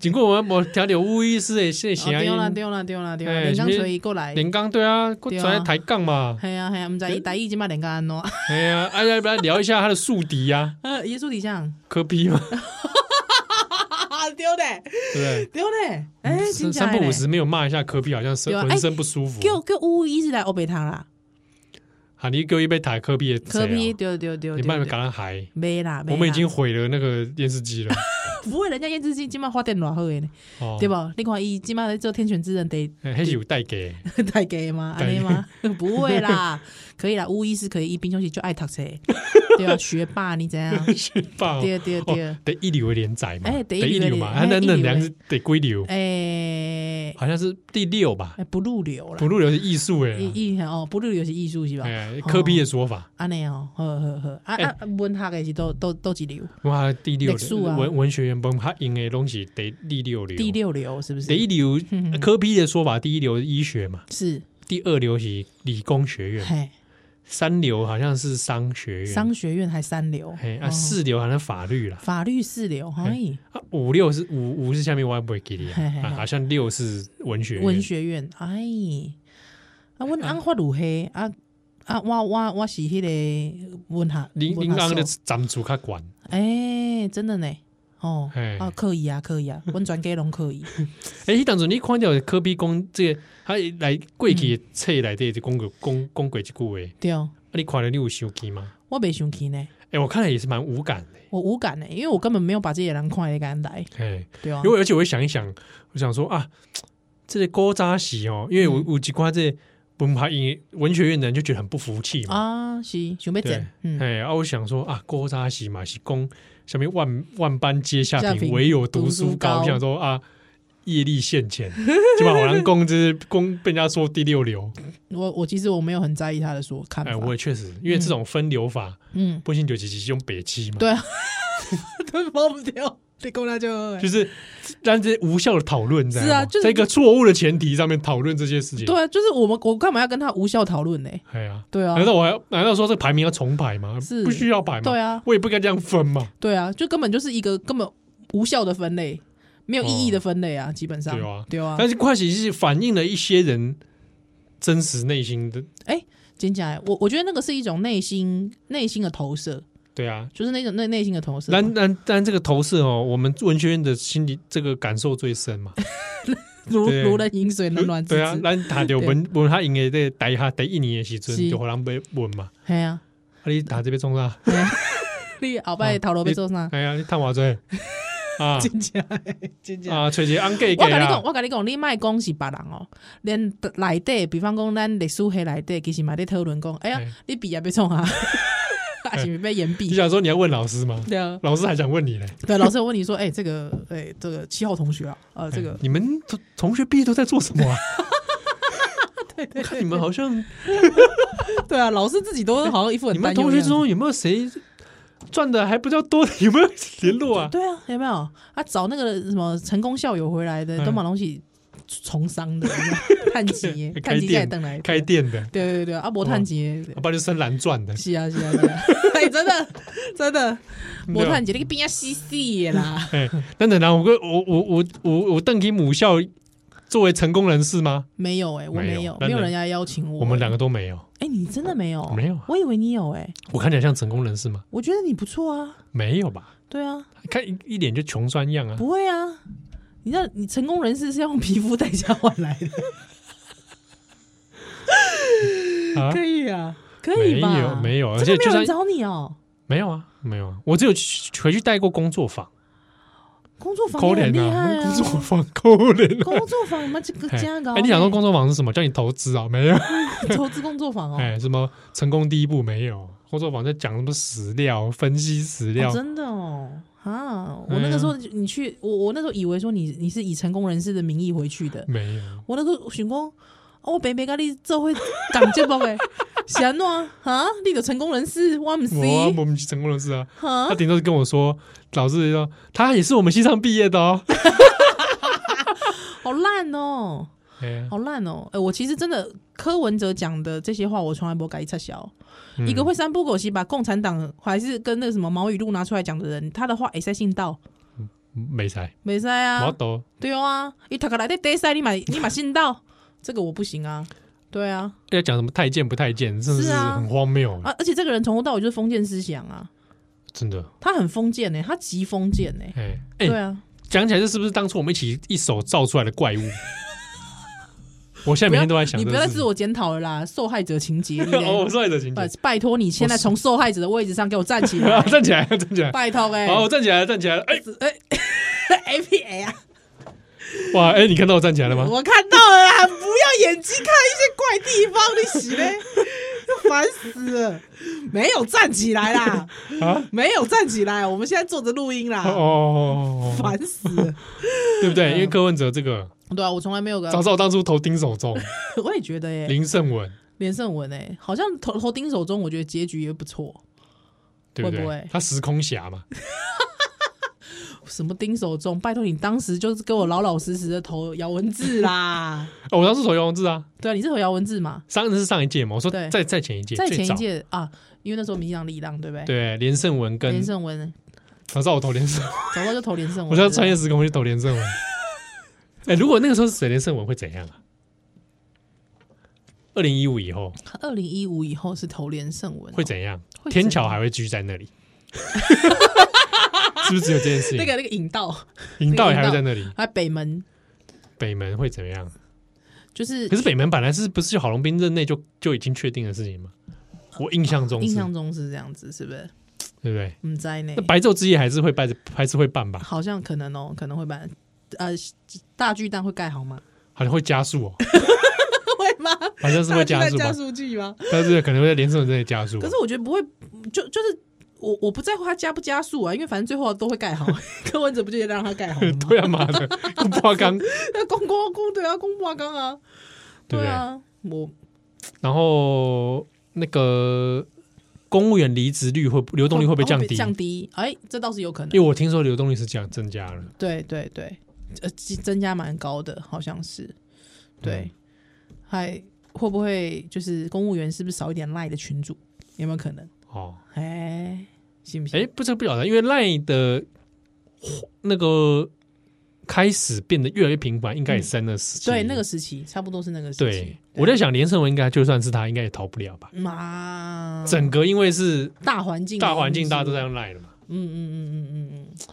Speaker 3: 经过我们我调点巫医师的谢
Speaker 4: 哦
Speaker 3: 谢
Speaker 4: 对啦
Speaker 3: 音，
Speaker 4: 对啦对啦对啦，
Speaker 3: 哎
Speaker 4: 连
Speaker 3: 什
Speaker 4: 刚
Speaker 3: 么
Speaker 4: 锤过来，
Speaker 3: 连刚对啊，过
Speaker 4: 对啊
Speaker 3: 来抬杠嘛，
Speaker 4: 系啊系啊，唔知伊大意即摆连刚安怎？
Speaker 3: 哎呀，哎呀，要不要聊一下他的宿敌呀，
Speaker 4: 呃，耶稣底下，
Speaker 3: 科比嘛，
Speaker 4: 啊丢嘞
Speaker 3: 对不对？
Speaker 4: 丢嘞，哎，真
Speaker 3: 三
Speaker 4: 假
Speaker 3: 三
Speaker 4: 的
Speaker 3: 不
Speaker 4: 嘞
Speaker 3: 五十没有骂一下科比，好像身
Speaker 4: 对啊
Speaker 3: 浑身不舒服。
Speaker 4: 叫叫乌医师来欧北堂啦，
Speaker 3: 喊你给我一杯塔科比的
Speaker 4: 科比
Speaker 3: 谁啊
Speaker 4: 丢丢丢，
Speaker 3: 你慢慢赶上海，
Speaker 4: 没啦，没啦
Speaker 3: 我们已经毁了那个电视机了，
Speaker 4: 不会，人家燕之金今麦花店偌好诶呢，
Speaker 3: 哦
Speaker 4: 对？不？你看伊今麦在做天选之人得
Speaker 3: 哎那是有带给
Speaker 4: 太 gay 吗？
Speaker 3: 带
Speaker 4: 安
Speaker 3: 给
Speaker 4: 尼吗？不会啦，可以啦，巫医是可以，伊平常时就爱读 册，对啊，学霸你怎样？
Speaker 3: 去报，
Speaker 4: 对对对
Speaker 3: 哦得一流的连载嘛，
Speaker 4: 哎得
Speaker 3: 得
Speaker 4: 一流的
Speaker 3: 流嘛，他
Speaker 4: 连
Speaker 3: 那
Speaker 4: 哎
Speaker 3: 那
Speaker 4: 一流
Speaker 3: 两
Speaker 4: 的
Speaker 3: 个是得归流，
Speaker 4: 诶，
Speaker 3: 好像是第六吧，
Speaker 4: 哎不入流
Speaker 3: 不
Speaker 4: 啦，
Speaker 3: 入流是艺术哎，
Speaker 4: 艺艺哦，不入流是艺术是吧
Speaker 3: 哎，？
Speaker 4: 哦
Speaker 3: 科比的说法，
Speaker 4: 安尼哦，好好好，啊
Speaker 3: 哎
Speaker 4: 啊，文学的是都都都几流？
Speaker 3: 哇，第六
Speaker 4: 历史
Speaker 3: 的
Speaker 4: 哦啊
Speaker 3: 文文学员崩，他用的东西得第六流，
Speaker 4: 第六流是不是？
Speaker 3: 第一流
Speaker 4: 嗯嗯
Speaker 3: 科比的说法，第一流是医学嘛，
Speaker 4: 是，
Speaker 3: 第二流是理工学院，
Speaker 4: 嘿，
Speaker 3: 三流好像是商学院，
Speaker 4: 商学院还三流，
Speaker 3: 哎啊
Speaker 4: 哦
Speaker 3: 四流好像法律啦，
Speaker 4: 法律四流，哎嘿，
Speaker 3: 啊五六是五五是下面我也不会给你啊
Speaker 4: 嘿嘿嘿
Speaker 3: 啊，好像六是文学院
Speaker 4: 文学院，哎，
Speaker 3: 哎
Speaker 4: 啊，阮翁法律系啊啊，我我我是迄个文学，
Speaker 3: 林
Speaker 4: 文
Speaker 3: 林
Speaker 4: 学
Speaker 3: 刚的
Speaker 4: 所，
Speaker 3: 长主较管，
Speaker 4: 哎，真的呢，哦
Speaker 3: 嘿，
Speaker 4: 啊，可以啊，可 以啊，阮全家拢可以，
Speaker 3: 哎，迄当时你看到科比讲这个，他来过去的册内底就讲过讲讲过一句话，啊
Speaker 4: 对哦，
Speaker 3: 你看了你有生气吗？
Speaker 4: 我袂生气呢，
Speaker 3: 哎，我看了也是蛮无感的，
Speaker 4: 我无感呢，因为我根本没有把这些人看得敢来，
Speaker 3: 哎。
Speaker 4: 对啊
Speaker 3: 因，为而且我想一想，我想说啊，这个勾扎洗哦，因为我我几瓜这文牌音文学院的人就觉得很不服气嘛，
Speaker 4: 啊，是想要
Speaker 3: 哦对
Speaker 4: 整，，嗯，
Speaker 3: 哎，啊，我想说啊，勾扎洗嘛是公下面万万般皆下
Speaker 4: 下
Speaker 3: 品，
Speaker 4: 品
Speaker 3: 唯有
Speaker 4: 读
Speaker 3: 读
Speaker 4: 书
Speaker 3: 书高。
Speaker 4: 高
Speaker 3: 我想说啊，业力现前，基本好像公就是公被人家说第六流，
Speaker 4: 我我其实我没有很在意他的说看法
Speaker 3: 哎，，我也确实，因为这种分流法，
Speaker 4: 嗯，
Speaker 3: 不行九七七是用北七嘛，
Speaker 4: 对啊， 都跑不掉，你讲那就
Speaker 3: 就是 让这些无效的讨论，你知道
Speaker 4: 是啊
Speaker 3: 吗
Speaker 4: 就是
Speaker 3: 在一个错误的前提上面讨论这些事情，
Speaker 4: 对啊，就是我们我干嘛要跟他无效讨论呢？
Speaker 3: 哎呀。
Speaker 4: 对啊
Speaker 3: 难，道我还要难道说这个排名要重排吗？
Speaker 4: 是
Speaker 3: 不需要排吗？
Speaker 4: 对啊，
Speaker 3: 我也不该这样分嘛。
Speaker 4: 对啊，就根本就是一个根本无效的分类，没有意义的分类啊，基本上
Speaker 3: 对啊
Speaker 4: 对啊。
Speaker 3: 但是快喜是反映了一些人真实内心的，
Speaker 4: 真假的？我我觉得那个是一种内心内心的投射，
Speaker 3: 对啊。
Speaker 4: 就是那种内内心的投射嘛。
Speaker 3: 但但但这个投射哦，我们文学院的心理这个感受最深嘛。
Speaker 4: 如
Speaker 3: 对
Speaker 4: 如人饮水，冷暖自
Speaker 3: 对啊，
Speaker 4: 知。
Speaker 3: 咱他就文文他赢的这个台下第一年的时阵
Speaker 4: 是
Speaker 3: 就互人被问嘛，
Speaker 4: 哎呀，
Speaker 3: 啊你打这边冲啥？
Speaker 4: 嘿啊 你后摆头路要做啥？
Speaker 3: 哎呀，你探我嘴啊
Speaker 4: 真假的？真假的？
Speaker 3: 啊，找一个安给给
Speaker 4: 我跟你讲，
Speaker 3: 啊，
Speaker 4: 我跟你讲，你莫讲是别人哦，连内底，比方讲咱历史系内底，其实嘛在讨论讲，哎呀
Speaker 3: 哎，
Speaker 4: 你毕业要创 啊，还是要延毕
Speaker 3: 你？想说你要问老师吗？
Speaker 4: 对啊，
Speaker 3: 老师还想问你嘞？
Speaker 4: 对，老师有问你说，哎，这个，哎，这个七号同学啊，呃，这
Speaker 3: 哎
Speaker 4: 个
Speaker 3: 你们同同学毕业都在做什么啊？我看你们好像，
Speaker 4: 对啊， 老师自己都好像一副
Speaker 3: 哎你
Speaker 4: 很
Speaker 3: 们
Speaker 4: 担忧
Speaker 3: 同
Speaker 4: 的
Speaker 3: 学
Speaker 4: 样
Speaker 3: 之
Speaker 4: 子。
Speaker 3: 中有没有谁赚的还比较多的？有没有联络啊？
Speaker 4: 对啊，有没有？他找那个什么成功校友回来的，
Speaker 3: 嗯
Speaker 4: 都马东西从商 的，探级
Speaker 3: 开
Speaker 4: 探级再
Speaker 3: 店
Speaker 4: 等来
Speaker 3: 开，店的，
Speaker 4: 对对对对，阿伯探级，
Speaker 3: 我爸就深蓝赚的，
Speaker 4: 是啊是啊是啊， 哎，真的真的，
Speaker 3: 对
Speaker 4: 无
Speaker 3: 啊
Speaker 4: 探级那个边细细的啦。
Speaker 3: 哎，等等啊，我跟我我我我我邓给母校作为成功人士吗？
Speaker 4: 没有哎、我
Speaker 3: 没有
Speaker 4: 没有，
Speaker 3: 那
Speaker 4: 没有
Speaker 3: 那
Speaker 4: 人家邀请我。
Speaker 3: 我们两
Speaker 4: 个，
Speaker 3: 个都没有，
Speaker 4: 哎、你真的没有？
Speaker 3: 没有啊
Speaker 4: 我以为你有哎、
Speaker 3: 我看起来像成功人士吗？
Speaker 4: 我觉得你不错啊，
Speaker 3: 没有吧？
Speaker 4: 对啊，
Speaker 3: 看一一脸就穷酸样啊！
Speaker 4: 不会啊。你知道，你成功人士是用皮肤代价换来的，
Speaker 3: 啊，
Speaker 4: 可以啊，可以
Speaker 3: 没
Speaker 4: 吧？
Speaker 3: 有没有，而
Speaker 4: 真
Speaker 3: 且
Speaker 4: 的
Speaker 3: 就
Speaker 4: 没有
Speaker 3: 算
Speaker 4: 人找你哦、
Speaker 3: 没有啊，没有啊，我只有去回去带过工作坊。
Speaker 4: 工作坊
Speaker 3: 扣
Speaker 4: 也
Speaker 3: 脸
Speaker 4: 很厉害
Speaker 3: 工
Speaker 4: 啊，
Speaker 3: 作坊扣脸啊。
Speaker 4: 工作坊嘛，这个
Speaker 3: 哎
Speaker 4: 加啊高、
Speaker 3: 哎，你想说工作坊是什么？叫你投资啊？没有，
Speaker 4: 投资工作坊哦、
Speaker 3: 哎，什么成功第一步没有？工作坊在讲什么史料、分析史料
Speaker 4: 哦，真的哦、啊！
Speaker 3: 哎
Speaker 4: 我
Speaker 3: 呀
Speaker 4: 那个时候就你去，我我那时候以为说你你是以成功人士的名义回去的，
Speaker 3: 没有？
Speaker 4: 我那个想讲，哦，我白白甲你做伙讲节目 诶，是安怎样哈？你就成功人士，我毋是
Speaker 3: 我我们成功人士啊，
Speaker 4: 哈
Speaker 3: 他？顶多是跟我说，老师说他也是我们西上毕业的哦。
Speaker 4: 好烂哦，
Speaker 3: 哎呀
Speaker 4: 好烂哦！哎、我其实真的柯文哲讲的这些话，我从来不改撤销。
Speaker 3: 嗯
Speaker 4: 一个会三不狗席把共产党还是跟那个什么毛语录拿出来讲的人，他的话也塞信到，
Speaker 3: 没才，
Speaker 4: 没塞
Speaker 3: 我
Speaker 4: 啊，
Speaker 3: 懂。
Speaker 4: 对啊，一头壳来的得塞，你买你买信到， 这个我不行啊，对啊，
Speaker 3: 要讲什么太监不太监，真的是
Speaker 4: 是啊
Speaker 3: 很荒谬，
Speaker 4: 啊，而且这个人从头到尾就是封建思想啊，
Speaker 3: 真的。
Speaker 4: 他很封建呢、欸他极封建呢、
Speaker 3: 哎
Speaker 4: 对
Speaker 3: 哎，
Speaker 4: 啊。
Speaker 3: 讲起来这是不是当初我们一起一手造出来的怪物？ 我现在
Speaker 4: 不
Speaker 3: 每
Speaker 4: 要
Speaker 3: 天都在想，
Speaker 4: 你不要再
Speaker 3: 这个
Speaker 4: 自
Speaker 3: 事
Speaker 4: 我检讨了啦，受害者情节。你
Speaker 3: 哦，我
Speaker 4: 得
Speaker 3: 受害者情节
Speaker 4: 拜，拜托你现在从受害者的位置上给我站起 来，
Speaker 3: 站起来，站 起来，
Speaker 4: 拜托哎、
Speaker 3: 好，我站起来了，站起来了，哎，
Speaker 4: 哎 A P A 啊，
Speaker 3: 哇，哎，你看到我站起来了吗？
Speaker 4: 我看到了啦，不要眼睛看一些怪地方，你 洗嘞，烦死了，没有站起来啦，
Speaker 3: 啊，
Speaker 4: 没有站起来，我们现在坐着录音
Speaker 3: 哦
Speaker 4: 啦，
Speaker 3: 哦，哦哦
Speaker 4: 烦死了。
Speaker 3: 对不对？因为柯文哲这个，
Speaker 4: 对啊，我从来没有个，
Speaker 3: 早知道当初投丁守中、
Speaker 4: 我也觉得耶，
Speaker 3: 林胜文，
Speaker 4: 连胜文哎，好像头头丁手中，我觉得结局也不错。
Speaker 3: 对不
Speaker 4: 会不会
Speaker 3: 对？他时空侠嘛，
Speaker 4: 什么丁守中，拜托你当时就是给我老老实实的投姚文字 啦。
Speaker 3: 哦我当初投姚文志啊，
Speaker 4: 对啊，你是投姚文字嘛？
Speaker 3: 上是上一届嘛，我说
Speaker 4: 对
Speaker 3: 再再前一届，
Speaker 4: 在
Speaker 3: 最
Speaker 4: 前一
Speaker 3: 早
Speaker 4: 届啊，因为那时候民进党李浪对不对？，
Speaker 3: 对连胜文跟啊
Speaker 4: 连胜文
Speaker 3: 早知道我投连胜，
Speaker 4: 早到就投连胜文，
Speaker 3: 我就要穿越时空去投连 胜文。哎，如果那个时候是水连胜文会怎样啊？二零一五以后
Speaker 4: 二零一五以后是投连胜文哦，
Speaker 3: 会怎样？
Speaker 4: 会
Speaker 3: 天
Speaker 4: 怎
Speaker 3: 桥
Speaker 4: 样
Speaker 3: 还会居在那 里，是不是只有这件事情？
Speaker 4: 那个那个引道，
Speaker 3: 引道也还会
Speaker 4: 那个
Speaker 3: 在
Speaker 4: 引
Speaker 3: 那里，
Speaker 4: 还有北门
Speaker 3: 北门会怎么样？
Speaker 4: 就是
Speaker 3: 可是北门本来是不是郝龙斌任内就就已经确定的事情吗？我印象中
Speaker 4: 哦印
Speaker 3: 是，
Speaker 4: 象中是这样子，是不是？
Speaker 3: 对不对？
Speaker 4: 嗯，在内
Speaker 3: 那白昼之夜还是会办，还是会办吧？
Speaker 4: 好像可能哦，可能会办。呃，大巨蛋会盖好吗？
Speaker 3: 好像会加速哦，
Speaker 4: 会吗？
Speaker 3: 好像是会加速吧
Speaker 4: 啊加，速器吗？
Speaker 3: 但是可能会在连胜文这里加速。啊
Speaker 4: 可是我觉得不会，就就是我我不在乎它加不加速啊，因为反正最后都会盖 好。柯文哲不就也让它盖好了吗？
Speaker 3: 对啊，妈的，不花刚，对
Speaker 4: 那公公公对啊，公布啊刚啊，
Speaker 3: 不
Speaker 4: 对
Speaker 3: 对？
Speaker 4: 啊，我
Speaker 3: 然后那个公务员离职率会流动率会不会降低？
Speaker 4: 降低，哎，这倒是有可能
Speaker 3: 因。为我听说流动率是降增加了，
Speaker 4: 对对对，呃，增增加蛮高的，好像是。对，还会不会就是公务员是不是少一点赖的群主？有没有可能？
Speaker 3: 哦，
Speaker 4: 哎，信不信？
Speaker 3: 哎，不知不晓得，因为赖的那个开始变得越来越频繁，应该也是在那时期。
Speaker 4: 对，那个时期差不多是那个时
Speaker 3: 对
Speaker 4: 期。，
Speaker 3: 我在想连胜文应该就算是他，应该也逃不了吧？
Speaker 4: 嘛，
Speaker 3: 整个因为是
Speaker 4: 大环境的
Speaker 3: 大环
Speaker 4: 因
Speaker 3: 境，
Speaker 4: 素
Speaker 3: 大家都在用赖了嘛。
Speaker 4: 嗯嗯嗯嗯嗯嗯，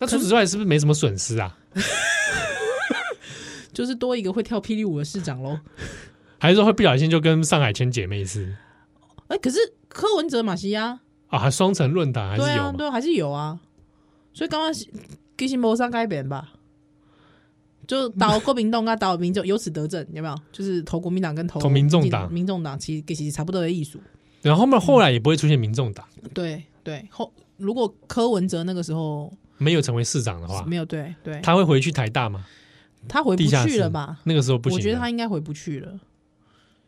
Speaker 3: 那除此之外，是不是没什么损失啊？
Speaker 4: 嗯就是多一个会跳霹雳舞的市长喽。
Speaker 3: 还是说会不小心就跟上海千姐妹是
Speaker 4: 哎，可是柯文哲马西亚，
Speaker 3: 啊？还双城论坛还
Speaker 4: 对
Speaker 3: 是
Speaker 4: 啊，
Speaker 3: 有嘛？
Speaker 4: 对啊，还是有啊。所以刚刚是其实没啥改变吧，就倒国民党跟倒民众，由此得证，有没有？就是投国民党跟投
Speaker 3: 投民众党
Speaker 4: 民众党其实其实差不多的艺术。
Speaker 3: 然后后面后来也不会出现民众党，
Speaker 4: 对对，后如果柯文哲那个时候
Speaker 3: 没有成为市长的话，
Speaker 4: 没有对对，他
Speaker 3: 他会回去台大吗？
Speaker 4: 回不
Speaker 3: 地下室
Speaker 4: 去了吧？
Speaker 3: 那个时候不行啊
Speaker 4: 我
Speaker 3: 的，
Speaker 4: 觉得他应该回不去了。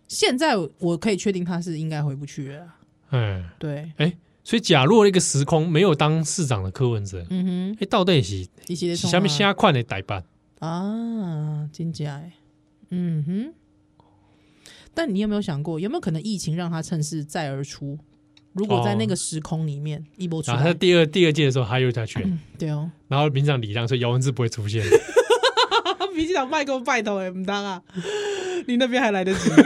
Speaker 4: 现在我可以确定他是应该回不去了啦。
Speaker 3: 嗯，
Speaker 4: 对，
Speaker 3: 哎，所以假若那个时空没有当市长的柯文哲，
Speaker 4: 嗯啊
Speaker 3: 哎，到底是
Speaker 4: 哼，一些
Speaker 3: 是下面瞎款的代办？
Speaker 4: 啊，真假哎，嗯哼。但你有没有想过，有没有可能疫情让他趁势再而出？如果在那个时空里面、一波出
Speaker 3: 啊然后他
Speaker 4: 来，
Speaker 3: 第二第二届的时候还有下去，
Speaker 4: 对哦，
Speaker 3: 然后民进党礼让，所以姚文智不会出现。
Speaker 4: 他民进党拜托拜托哎，唔当啊，你那边还来 得及，来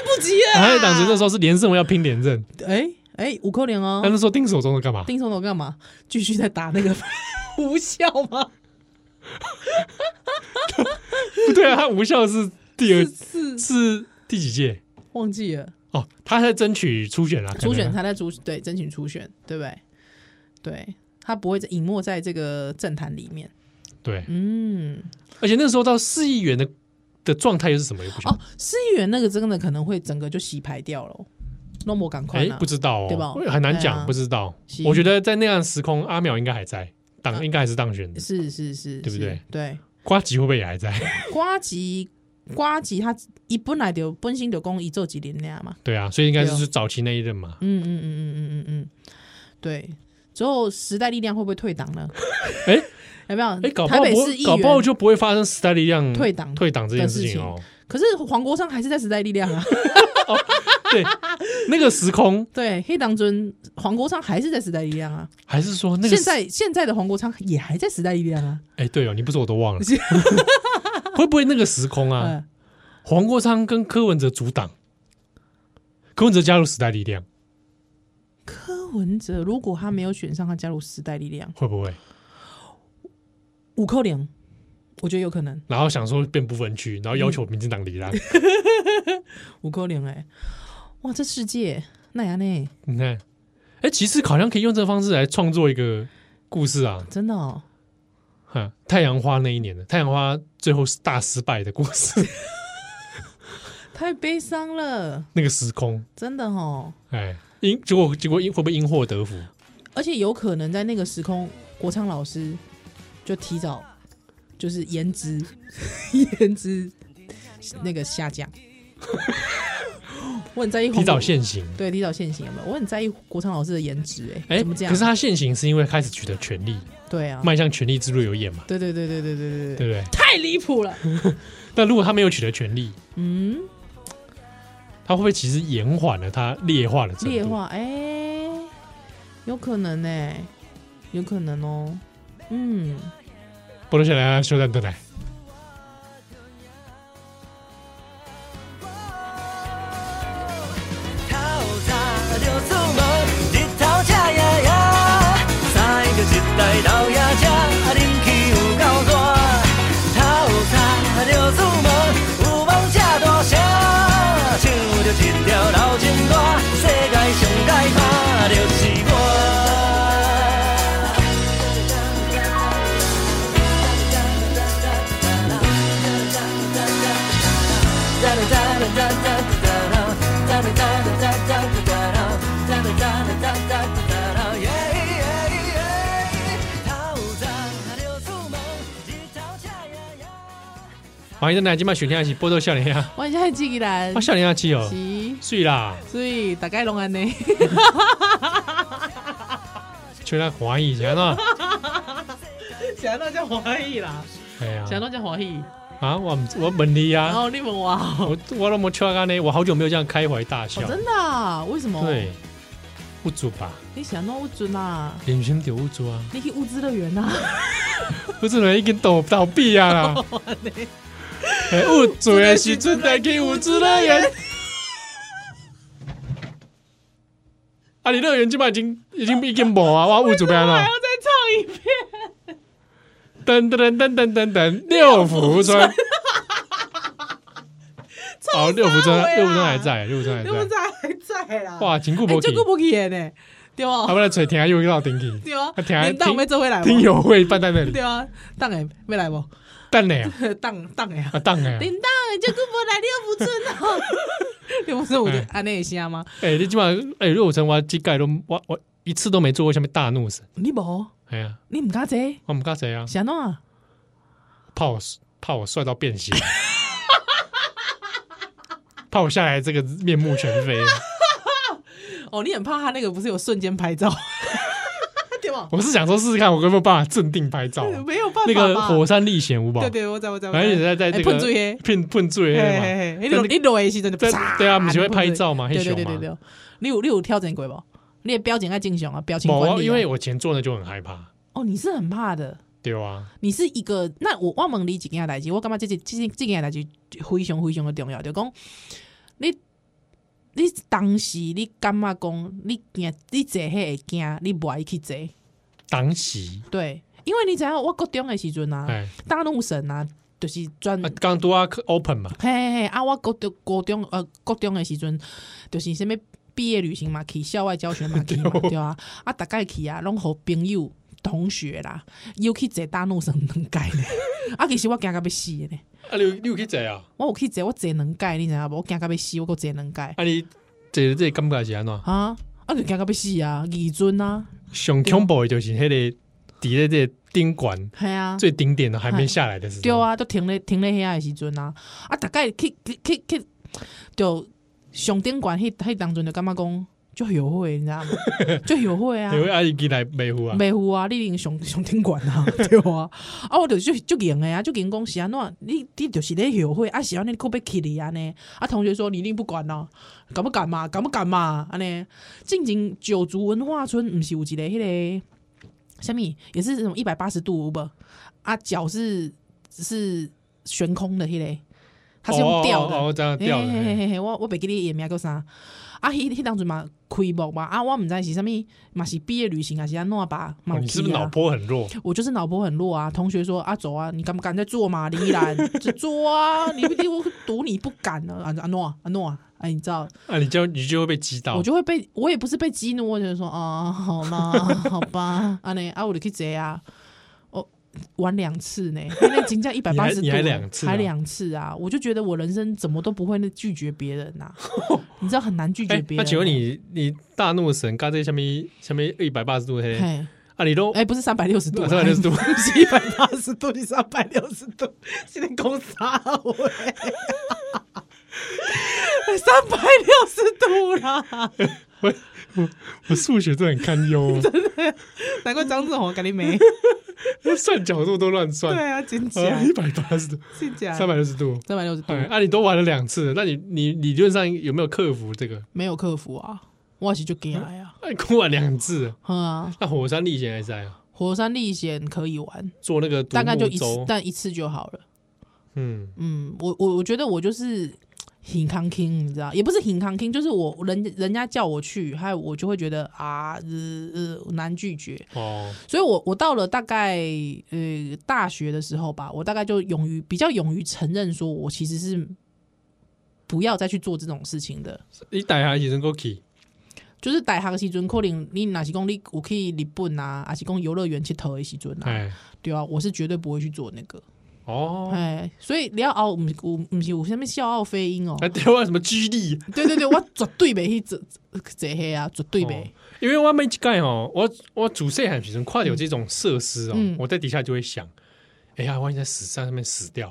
Speaker 4: 不及了啊
Speaker 3: 然后党职那时候是连胜文要拼连任，
Speaker 4: 哎哎，五扣零哦
Speaker 3: 但，那时候丁守中的干嘛？
Speaker 4: 丁总统干嘛？继续在打那个 无效吗？
Speaker 3: 不对啊，他无效是第二
Speaker 4: 是
Speaker 3: 是第几届？
Speaker 4: 忘记了
Speaker 3: 哦，他在争取初选啊，
Speaker 4: 初选，
Speaker 3: 可能啊
Speaker 4: 他在初对争取初选，对不对？对他不会隐没在这个政坛里面，
Speaker 3: 对，
Speaker 4: 嗯。
Speaker 3: 而且那时候到市议员的的状态又是什么？又不晓
Speaker 4: 哦
Speaker 3: 得，，
Speaker 4: 市议员那个真的可能会整个就洗牌掉了，那么赶快
Speaker 3: 哎
Speaker 4: 啊，
Speaker 3: 不知道
Speaker 4: 对吧
Speaker 3: 哦，很难
Speaker 4: 对
Speaker 3: 讲，
Speaker 4: 啊
Speaker 3: 不知道
Speaker 4: 是。
Speaker 3: 我觉得在那样的时空，阿淼应该还在，党应该还是当选的，
Speaker 4: 是是是，
Speaker 3: 对不
Speaker 4: 是
Speaker 3: 对？
Speaker 4: 对，
Speaker 3: 瓜吉会不会也还在？
Speaker 4: 瓜吉瓜吉他一本来就本身就讲一做几年那样嘛，
Speaker 3: 对啊，所以应该
Speaker 4: 对
Speaker 3: 就
Speaker 4: 哦
Speaker 3: 是早期那一任嘛。
Speaker 4: 嗯嗯嗯嗯嗯嗯嗯，对。之后时代力量会不会退党呢？
Speaker 3: 哎
Speaker 4: 有没有？
Speaker 3: 哎，搞不
Speaker 4: 台
Speaker 3: 好
Speaker 4: 北
Speaker 3: 不
Speaker 4: 市议
Speaker 3: 会，搞不好
Speaker 4: 员，
Speaker 3: 就不会发生时代力量
Speaker 4: 退党
Speaker 3: 退党这件事情哦。
Speaker 4: 可是黄国昌还是在时代力量啊。
Speaker 3: 对，那个时空
Speaker 4: 对，黑党尊黄国昌还是在时代力量啊。
Speaker 3: 还是说那个
Speaker 4: 现在现在的黄国昌也还在时代力量啊。
Speaker 3: 哎，对哦，你不说我都忘了， 会不会那个时空啊？
Speaker 4: 嗯，
Speaker 3: 黄国昌跟柯文哲阻挡，柯文哲加入时代力量，
Speaker 4: 柯文哲如果他没有选上，他加入时代力量，
Speaker 3: 会不会？
Speaker 4: 五扣零，我觉得有可能，
Speaker 3: 然后想说变不分区，然后要求民进党离让。
Speaker 4: 五扣零哎，哇，这世界欸那样呢，
Speaker 3: 你看，哎，其实好像可以用这个方式来创作一个故事啊。
Speaker 4: 真的哦，
Speaker 3: 哈，太阳花那一年的太阳花最后是大失败的故事，
Speaker 4: 太悲伤了，
Speaker 3: 那个时空，
Speaker 4: 真的哦，
Speaker 3: 哎，因结果结果因会不会因祸得福？
Speaker 4: 而且有可能在那个时空，国昌老师就提早就是颜值颜值那个下降，我很在意
Speaker 3: 提早
Speaker 4: 现。
Speaker 3: 现行。
Speaker 4: 对，提早现行有没有？我很在意国昌老师的颜值、欸，哎、
Speaker 3: 哎，
Speaker 4: 怎么这样？
Speaker 3: 可是他现行是因为开始取得权力，
Speaker 4: 对啊，
Speaker 3: 迈向权力之路有演嘛，
Speaker 4: 对对对对对对对对，
Speaker 3: 对不对？
Speaker 4: 太离谱了。
Speaker 3: 但如果他没有取得权力，
Speaker 4: 嗯，
Speaker 3: 他会不会其实延缓了他劣化的程度？
Speaker 4: 劣化，哎、有可能呢、有可能哦。嗯，
Speaker 3: 波多啊小兰修蛋蛋来。
Speaker 6: 头早就出门，日头赤呀呀，驶着一台老爷车，冷气有够热。头早就出门，有梦这大声，唱着一条老情歌，世界上解怕就是我。
Speaker 3: 欢迎再来，今晚选天下是波多笑脸呀，
Speaker 4: 我现在记起来
Speaker 3: 啊，，笑脸下气哦，
Speaker 4: 是，
Speaker 3: 睡啦，
Speaker 4: 所以大概拢安尼。
Speaker 3: 吹他欢喜一下 喏，
Speaker 4: 想到叫华裔啦，
Speaker 3: 哎呀，
Speaker 4: 想到叫华裔，
Speaker 3: 啊，我唔我问你
Speaker 4: 然
Speaker 3: 呀，
Speaker 4: 后你问我，哦，
Speaker 3: 我我都没笑啊呢，我好久没有这样开怀大笑，
Speaker 4: 真的啊、为什么？
Speaker 3: 对，不足吧，
Speaker 4: 你想到物资啦，
Speaker 3: 人生就不足啊，
Speaker 4: 你去物资乐园啊呐，
Speaker 3: 不是人已经倒倒闭啊 啦，
Speaker 4: 哦
Speaker 3: 哎，有罪的时阵来去有罪乐 园，啊，你乐园今晚已经已经已经无啊，我有罪变了
Speaker 4: 还要。再唱
Speaker 3: 噔
Speaker 4: 一遍。
Speaker 3: 噔噔噔噔噔，六福 村。哦，六福村，六福
Speaker 4: 啊
Speaker 3: 村还在，六福村还
Speaker 4: 刘文
Speaker 3: 在。
Speaker 4: 在还在啦。
Speaker 3: 啊哇，情故
Speaker 4: 哎，
Speaker 3: 不
Speaker 4: 这
Speaker 3: 起，
Speaker 4: 个不起的呢，对
Speaker 3: 他
Speaker 4: 不？
Speaker 3: 们在吹天下又一个老顶起，
Speaker 4: 对啊
Speaker 3: 啊听，
Speaker 4: 连当没做回来吗，
Speaker 3: 听友会办在那里
Speaker 4: 对，啊，当诶没来不？
Speaker 3: 蛋嘞啊，
Speaker 4: 当当诶啊
Speaker 3: 啊，蛋 嘞
Speaker 4: 铃铛的这 个不啊来六福村哦，六福村我就安内声吗？
Speaker 3: 哎，你今晚哎六福村我膝盖都我我一次都没做过什么大怒神，
Speaker 4: 你无，
Speaker 3: 哎呀，
Speaker 4: 你唔敢坐，
Speaker 3: 我们刚谁啊？
Speaker 4: 想弄啊？
Speaker 3: 怕我怕我帅到变形， 怕我下来这个面目全非，
Speaker 4: 哦，你很怕他那个不是有瞬间拍照，对吧？
Speaker 3: 我是想说试试看我有没有办法镇定拍照啊，
Speaker 4: 没有 办
Speaker 3: 那
Speaker 4: 法
Speaker 3: 个
Speaker 4: 吧
Speaker 3: 火山历险五宝，
Speaker 4: 对对，我知道我知道，
Speaker 3: 反正你在在
Speaker 4: 哎
Speaker 3: 这个
Speaker 4: 喷水耶。
Speaker 3: 喷喷醉
Speaker 4: 嘿
Speaker 3: 的
Speaker 4: 嘿
Speaker 3: 嘛
Speaker 4: 嘿，你落你落的时阵就
Speaker 3: 对
Speaker 4: 啪
Speaker 3: 对啊不是会
Speaker 4: 就喷水
Speaker 3: 拍照嘛那
Speaker 4: 对
Speaker 3: 熊啊
Speaker 4: 对
Speaker 3: 嘛
Speaker 4: 对对对，你有你有挑战过无？你的表情爱正常啊，表情
Speaker 3: 某
Speaker 4: 管
Speaker 3: 啊，
Speaker 4: 理啊。
Speaker 3: 因为我前做那就很害怕，
Speaker 4: 哦，你是很怕的，
Speaker 3: 对啊，
Speaker 4: 你是一个那我我问你一件代志，我感觉这件这件这件代志非常非常的重要，就讲你你当时你感觉讲你惊你坐迄会惊，你不爱去坐，
Speaker 3: 当时
Speaker 4: 对，因为你知影我高中的时阵啊，
Speaker 3: 哎，
Speaker 4: 大怒神啊，就是专
Speaker 3: 啊刚多啊 open 嘛，
Speaker 4: 嘿嘿嘿，啊，我高中高中呃高中的时阵，就是什物毕业旅行嘛，去校外教学嘛，去嘛
Speaker 3: 对哦
Speaker 4: 对啊，啊，大概去啊，拢互朋友同学啦，又去坐大怒神两届呢。 啊，其实我惊到要死的呢，
Speaker 3: 啊你有你有去坐啊，
Speaker 4: 我有去坐，我坐两届，你知影无？我惊到要死，我阁坐两届
Speaker 3: 啊你坐的这个感觉是安怎样？
Speaker 4: 啊，啊就惊到要死啊，二尊啊，
Speaker 3: 上恐怖的就是迄个伫咧这个顶管
Speaker 4: 系啊。
Speaker 3: 最顶点的还没下来的时候，
Speaker 4: 对，啊，都停咧停咧遐的时阵啊，啊，大概去去去去，就上顶悬迄迄当阵就感觉讲，就后悔，你知道吗？就后悔啊，
Speaker 3: 因为阿姨进来没有啊，
Speaker 4: 袂有啊，你连上上天管 啊，对啊，啊，我就就就硬的啊，就硬讲是安怎，你你就是咧后悔，啊，是安尼可要去你安尼，啊，同学说你一定不管咯、敢不敢嘛，敢不敢嘛，安尼，进前九族文化村毋是有一个迄、个，啥物也是那种一百八十度有无？啊，脚是是悬空的迄、个。它是用吊
Speaker 3: 哦哦
Speaker 4: 的。
Speaker 3: 哦这样
Speaker 4: 嘿
Speaker 3: 吊的，
Speaker 4: 嘿
Speaker 3: 嘿
Speaker 4: 嘿嘿，我我袂记你的名叫啥？啊，迄迄当阵嘛开幕嘛，啊，我毋知是啥物，嘛是毕业旅行还是安怎吧？嘛
Speaker 3: 哦
Speaker 4: 有
Speaker 3: 你是不
Speaker 4: 去
Speaker 3: 是
Speaker 4: 啊
Speaker 3: 脑波很弱？
Speaker 4: 我就是脑波很弱啊。同学说啊，走啊，你敢不敢再做嘛？林依兰，就做啊！你不定我赌你不敢呢、啊。啊啊诺啊啊诺啊！哎，你知道，
Speaker 3: 啊，你就你就会被击倒
Speaker 4: 我。就会被我也不是被激怒，我就是说啊，好 啦，好吧，啊那啊我就去这啊，我玩两次呢，那金价一百八 十
Speaker 3: 你还你还两次啊
Speaker 4: 还两次啊，我就觉得我人生怎么都不会那拒绝别人 呐、你知道很难拒绝
Speaker 3: 哎，
Speaker 4: 别人、啊
Speaker 3: 那请问，你你大怒神刚在下面下面一百八十度黑
Speaker 4: 嘿，
Speaker 3: 啊，你都
Speaker 4: 哎、不是三百六十度啊，
Speaker 3: 360度
Speaker 4: 是一百八十度，你三百六十度，现在攻杀我、欸 三百六十度 啦！
Speaker 3: 我我我 数学都很堪 忧，哦
Speaker 4: 难怪张志宏跟你 没
Speaker 3: 算角度都乱
Speaker 4: 对
Speaker 3: 算，
Speaker 4: 啊，真 假
Speaker 3: 一百八十度，
Speaker 4: 真假
Speaker 3: 三百六十度。
Speaker 4: 三百六十度
Speaker 3: 哎，啊，你都玩了两次了，那你你理论上有没有克服这个？
Speaker 4: 没有克服啊，我是就给来啊，
Speaker 3: 哎，哭玩两次，
Speaker 4: 哼啊，
Speaker 3: 那火山历险还在啊？
Speaker 4: 火山历险可以玩，
Speaker 3: 做那个独
Speaker 4: 大概就
Speaker 3: 木
Speaker 4: 一次
Speaker 3: 舟，，
Speaker 4: 但一次就好了。
Speaker 3: 嗯，
Speaker 4: 嗯，我我我觉得我就是很康 king，你知道，也不是很康 king，就是我人人家叫我去，还有我就会觉得啊，呃呃难拒绝，
Speaker 3: 哦，
Speaker 4: 所以我我到了大概呃大学的时候吧，我大概就勇于比较勇于承认说我其实是不要再去做这种事情的。
Speaker 3: 你带下起能够起，
Speaker 4: 就是大学的时阵，可能你若是讲你有去日本啊，还是讲游乐园佚佗的时阵啊，
Speaker 3: 哎，
Speaker 4: 对啊，我是绝对不会去做那个。
Speaker 3: 哦，
Speaker 4: 哎，所以你要熬，唔唔唔是有什么笑傲飞鹰哦
Speaker 3: 还？台湾什么居力？
Speaker 4: 对对对，我绝对袂去做这黑啊，绝对
Speaker 3: 哦
Speaker 4: 袂。
Speaker 3: 因为我每一届哦，我我主细汉时阵快有这种设施哦，
Speaker 4: 嗯
Speaker 3: 我在底下就会想，哎呀，万一在死在上面死掉，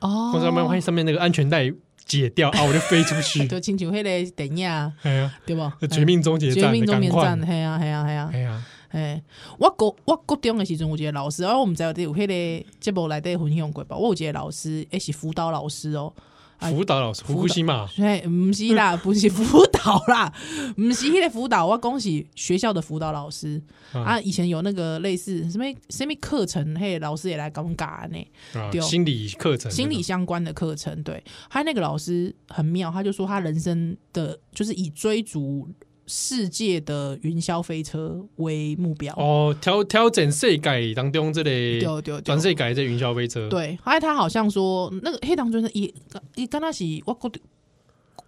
Speaker 4: 哦，
Speaker 3: 或者万一万一上面那个安全带解掉啊，我 就飞出去
Speaker 4: 就亲像迄个电影啊，
Speaker 3: 哎呀，
Speaker 4: 对吧？
Speaker 3: 那 绝命终结
Speaker 4: 哎
Speaker 3: 战，
Speaker 4: 绝命终结
Speaker 3: 赶快
Speaker 4: 战，，嘿啊嘿啊嘿啊
Speaker 3: 哎！呀，
Speaker 4: 嘿，我高我高中的时阵有一个老师，啊，我们在有迄个节目内底分享过吧？我有一个老师，诶是辅导老师哦。哎
Speaker 3: 辅导老师
Speaker 4: 导
Speaker 3: 胡西嘛，
Speaker 4: 嘿，毋是啦，不是辅导啦， 毋是迄个辅导，我恭喜学校的辅导老师啊！以前有那个类似什么什么课程，嘿，老师也来跟我们教呢，
Speaker 3: 啊
Speaker 4: 对
Speaker 3: 心理课程，
Speaker 4: 心理相关的课程。对，他那个老师很妙，他就说他人生的就是以追逐世界的云霄飞车为目标。
Speaker 3: 哦，调调整世界当中这类
Speaker 4: 对对对
Speaker 3: 全世界这云霄飞车，
Speaker 4: 对，还有他好像说那个黑糖尊伊伊敢若是我国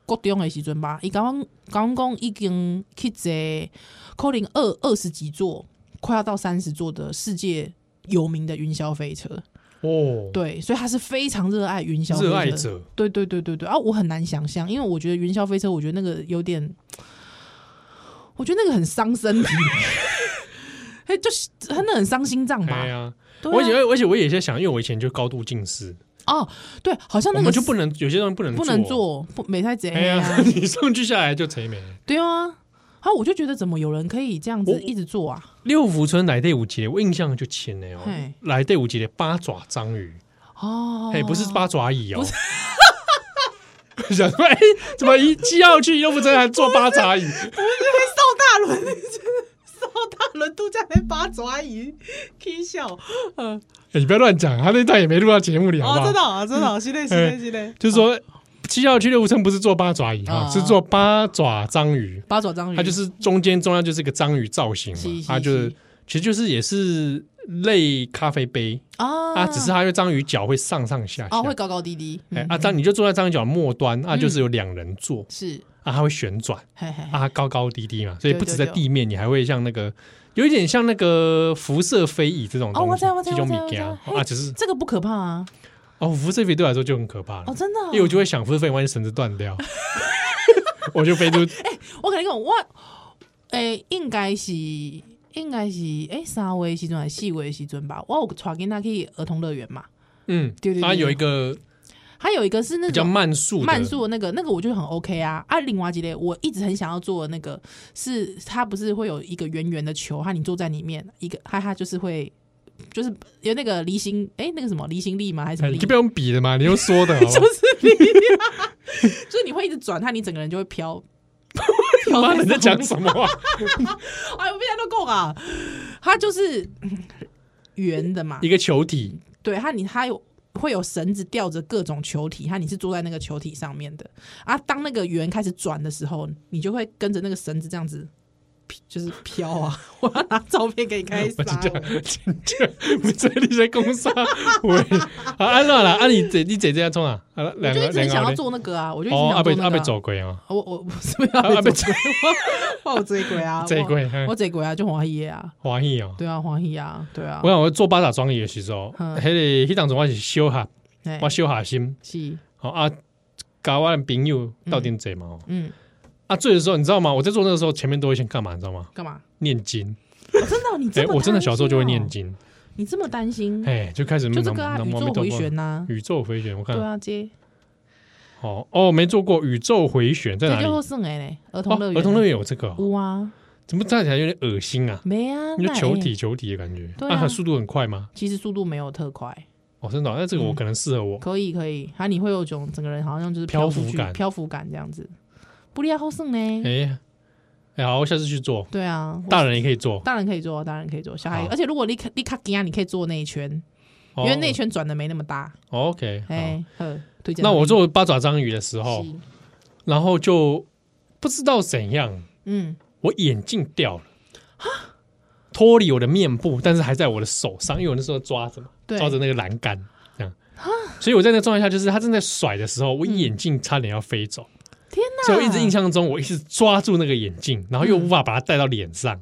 Speaker 4: 国中的时阵吧，伊甲阮甲阮讲已经去坐可能二二十几座，快要到三十座的世界有名的云霄飞车。
Speaker 3: 哦，
Speaker 4: 对，所以他是非常热爱云霄飞车
Speaker 3: 热
Speaker 4: 的
Speaker 3: 爱者，
Speaker 4: 对对对对对啊！我很难想象，因为我觉得云霄飞车，我觉得那个有点，我觉得那个很伤 身体，哎，就是真的很伤心脏吧
Speaker 3: 哎？呀，
Speaker 4: 对
Speaker 3: 我以
Speaker 4: 啊
Speaker 3: 前而且我也在想，因为我以前就高度近视，
Speaker 4: 哦，对，好像那
Speaker 3: 我
Speaker 4: 个
Speaker 3: 们就不能有些东西不能
Speaker 4: 不能。做，不美太贼
Speaker 3: 哎
Speaker 4: 啊
Speaker 3: 呀，， 你上去下来就垂眉。
Speaker 4: 对啊，啊，我就觉得怎么有人可以这样
Speaker 3: 我
Speaker 4: 子一直做啊？
Speaker 3: 六福村来第五集，我印象就浅了哦
Speaker 4: 嘿。
Speaker 3: 来第五集的八爪章鱼，
Speaker 4: 哦，
Speaker 3: 哎，不是八爪蚁哦。 想说，哎，怎么一既要去六福村还做八 爪蚁？
Speaker 4: 邵大伦，邵大伦度假来八爪鱼，k 笑，嗯，
Speaker 3: 哎你不要乱讲，他那段也没录到节目里，好不
Speaker 4: 哦，
Speaker 3: 好
Speaker 4: 真的？啊，真的啊，是嘞，是
Speaker 3: 哎
Speaker 4: 嘞，是嘞，
Speaker 3: 就是说，七号去六福村不是做八爪鱼啊，
Speaker 4: 啊
Speaker 3: 是做八爪章鱼。
Speaker 4: 八爪章鱼，
Speaker 3: 它就是中间中央就是一个章鱼造型
Speaker 4: 嗯是
Speaker 3: 嘛，
Speaker 4: 是
Speaker 3: 它就是
Speaker 4: 是
Speaker 3: 其实就是也是类咖啡杯
Speaker 4: 啊，
Speaker 3: 啊，只是它因为章鱼脚会上上下下
Speaker 4: 哦，会。高高低低，
Speaker 3: 哎
Speaker 4: 嗯
Speaker 3: 啊，章你就坐在章鱼脚末端啊，就是有两人坐
Speaker 4: 是，
Speaker 3: 啊，它会旋转
Speaker 4: 嘿嘿，嘿
Speaker 3: 啊，它高高低低嘛，所以
Speaker 4: 哎对
Speaker 3: 不
Speaker 4: 对
Speaker 3: 止在
Speaker 4: 对
Speaker 3: 地面，你还会像那个有一点像那个辐射飞蚁这种
Speaker 4: 哦，
Speaker 3: 东
Speaker 4: 我
Speaker 3: 西
Speaker 4: 知道，我，知
Speaker 3: 这
Speaker 4: 道，我
Speaker 3: 种
Speaker 4: 知道，我
Speaker 3: 米
Speaker 4: 知
Speaker 3: 家
Speaker 4: 道，
Speaker 3: 啊，
Speaker 4: 嘿
Speaker 3: 只是
Speaker 4: 这个不可怕啊，
Speaker 3: 哦，辐射飞对我来说就很可怕了
Speaker 4: 哦，，真的啊，
Speaker 3: 因为我就会想辐射飞，万一绳子断 掉，我就飞出
Speaker 4: 我跟你讲，我诶、应该是应该是诶、三月的时阵还是四月的时阵吧。我有带囡仔去儿童乐园嘛，
Speaker 3: 嗯
Speaker 4: 对对，对
Speaker 3: 它有一个
Speaker 4: 还有一个是那
Speaker 3: 比较
Speaker 4: 种
Speaker 3: 慢速的
Speaker 4: 慢速的那个，那个我觉得很 OK 啊。啊，另外一个我一直很想要做的那个，是它不是会有一个圆圆的球，哈，你坐在里面，一个哈哈就是会。就是有那个离心，诶，那个什么离心力吗？还是什
Speaker 3: 哎
Speaker 4: 么
Speaker 3: 你
Speaker 4: 力？
Speaker 3: 可以不用比的嘛，你用说的 好不好，
Speaker 4: 就是你会一直转它，你整个人就会飘。
Speaker 3: 妈的你在讲什么啊？
Speaker 4: 哎，我不想都够啊！它就是嗯圆的嘛，
Speaker 3: 一个球体，
Speaker 4: 对它你它有会有绳子吊着各种球体，它你是坐在那个球体上面的啊。当那个圆开始转的时候，你就会跟着那个绳子这样子，就是飘啊。我要拿照片给你 啊看一下
Speaker 3: 我。真正真正，不知道你在讲啥喂，啊，安怎啦？啊，你姐你姐姐要创啊？啊，
Speaker 4: 我
Speaker 3: 两
Speaker 4: 就
Speaker 3: 个
Speaker 4: 一直很
Speaker 3: 两
Speaker 4: 想要
Speaker 3: 个
Speaker 4: 做那个啊，我就一直
Speaker 3: 哦，阿
Speaker 4: 想做
Speaker 3: 贝
Speaker 4: 那个、啊
Speaker 3: 阿贝走鬼啊，
Speaker 4: 我我我是不是要
Speaker 3: 啊
Speaker 4: 被
Speaker 3: 被
Speaker 4: 追？我我追鬼啊，
Speaker 3: 这一
Speaker 4: 我
Speaker 3: 鬼
Speaker 4: 我追鬼啊，就欢喜的啊，
Speaker 3: 欢喜哦。
Speaker 4: 对啊，欢喜啊，对啊
Speaker 3: 我，想我做八大庄的时候，
Speaker 4: 嗯
Speaker 3: 迄个迄当中我是小下，
Speaker 4: 哎
Speaker 3: 我小下心，
Speaker 4: 是
Speaker 3: 哦啊，甲我的朋友斗阵坐嘛。哦
Speaker 4: 嗯，
Speaker 3: 啊，醉的时候你知道吗？我在做那个时候，前面都会先干嘛？你知道吗？
Speaker 4: 干嘛？
Speaker 3: 念经。
Speaker 4: 我真的哦你
Speaker 3: 哎，
Speaker 4: 这么
Speaker 3: 我真的
Speaker 4: 担
Speaker 3: 小时候就会
Speaker 4: 心哦
Speaker 3: 念，经，
Speaker 4: 你这么担心，
Speaker 3: 哎，就开始
Speaker 4: 就这个啊，宇宙回旋呐，
Speaker 3: 宇宙回旋，我看
Speaker 4: 对啊，接
Speaker 3: 哦哦，没做过宇宙回旋在
Speaker 4: 这
Speaker 3: 哪里
Speaker 4: 就？后剩哎嘞，儿童乐
Speaker 3: 哦，
Speaker 4: 园，
Speaker 3: 儿童乐园有这个哦，
Speaker 4: 有啊，
Speaker 3: 怎么站起来有点恶心啊？
Speaker 4: 没啊，
Speaker 3: 因
Speaker 4: 那
Speaker 3: 为
Speaker 4: 也
Speaker 3: 球体球体的感觉，
Speaker 4: 对
Speaker 3: 它
Speaker 4: 啊
Speaker 3: 速度很快吗？
Speaker 4: 其实速度没有特快，
Speaker 3: 哦，真的哦，那这个我可能适合我。
Speaker 4: 嗯可以可以，啊，你会有种整个人好像就是
Speaker 3: 漂
Speaker 4: 出
Speaker 3: 浮
Speaker 4: 去
Speaker 3: 感
Speaker 4: 漂浮感这样子，不利亚后剩呢，
Speaker 3: 哎哎，好，我下次去做，
Speaker 4: 对啊，我
Speaker 3: 大人也可以做，
Speaker 4: 当然可以做，啊当然可以做。小孩
Speaker 3: 好，
Speaker 4: 而且如果你卡你卡吉亚，你可以做那一圈，
Speaker 3: 哦
Speaker 4: 因为那一圈转的没那么大。
Speaker 3: 哦 OK 好。
Speaker 4: 哎，呵，推荐。
Speaker 3: 那我，做八爪章鱼的时候
Speaker 4: 是，
Speaker 3: 然后就不知道怎样，
Speaker 4: 嗯，
Speaker 3: 我眼镜掉了，脱离我的面部，但是还在我的手上，因为我那时候抓着嘛，
Speaker 4: 对
Speaker 3: 抓着那个栏杆这样。所以我在那状态下，就是他正在甩的时候，我眼镜差点要飞走。
Speaker 4: 天
Speaker 3: 所以我
Speaker 4: 哪！
Speaker 3: 一直印象中，我一直抓住那个眼镜，然后又无法把它戴到脸 上，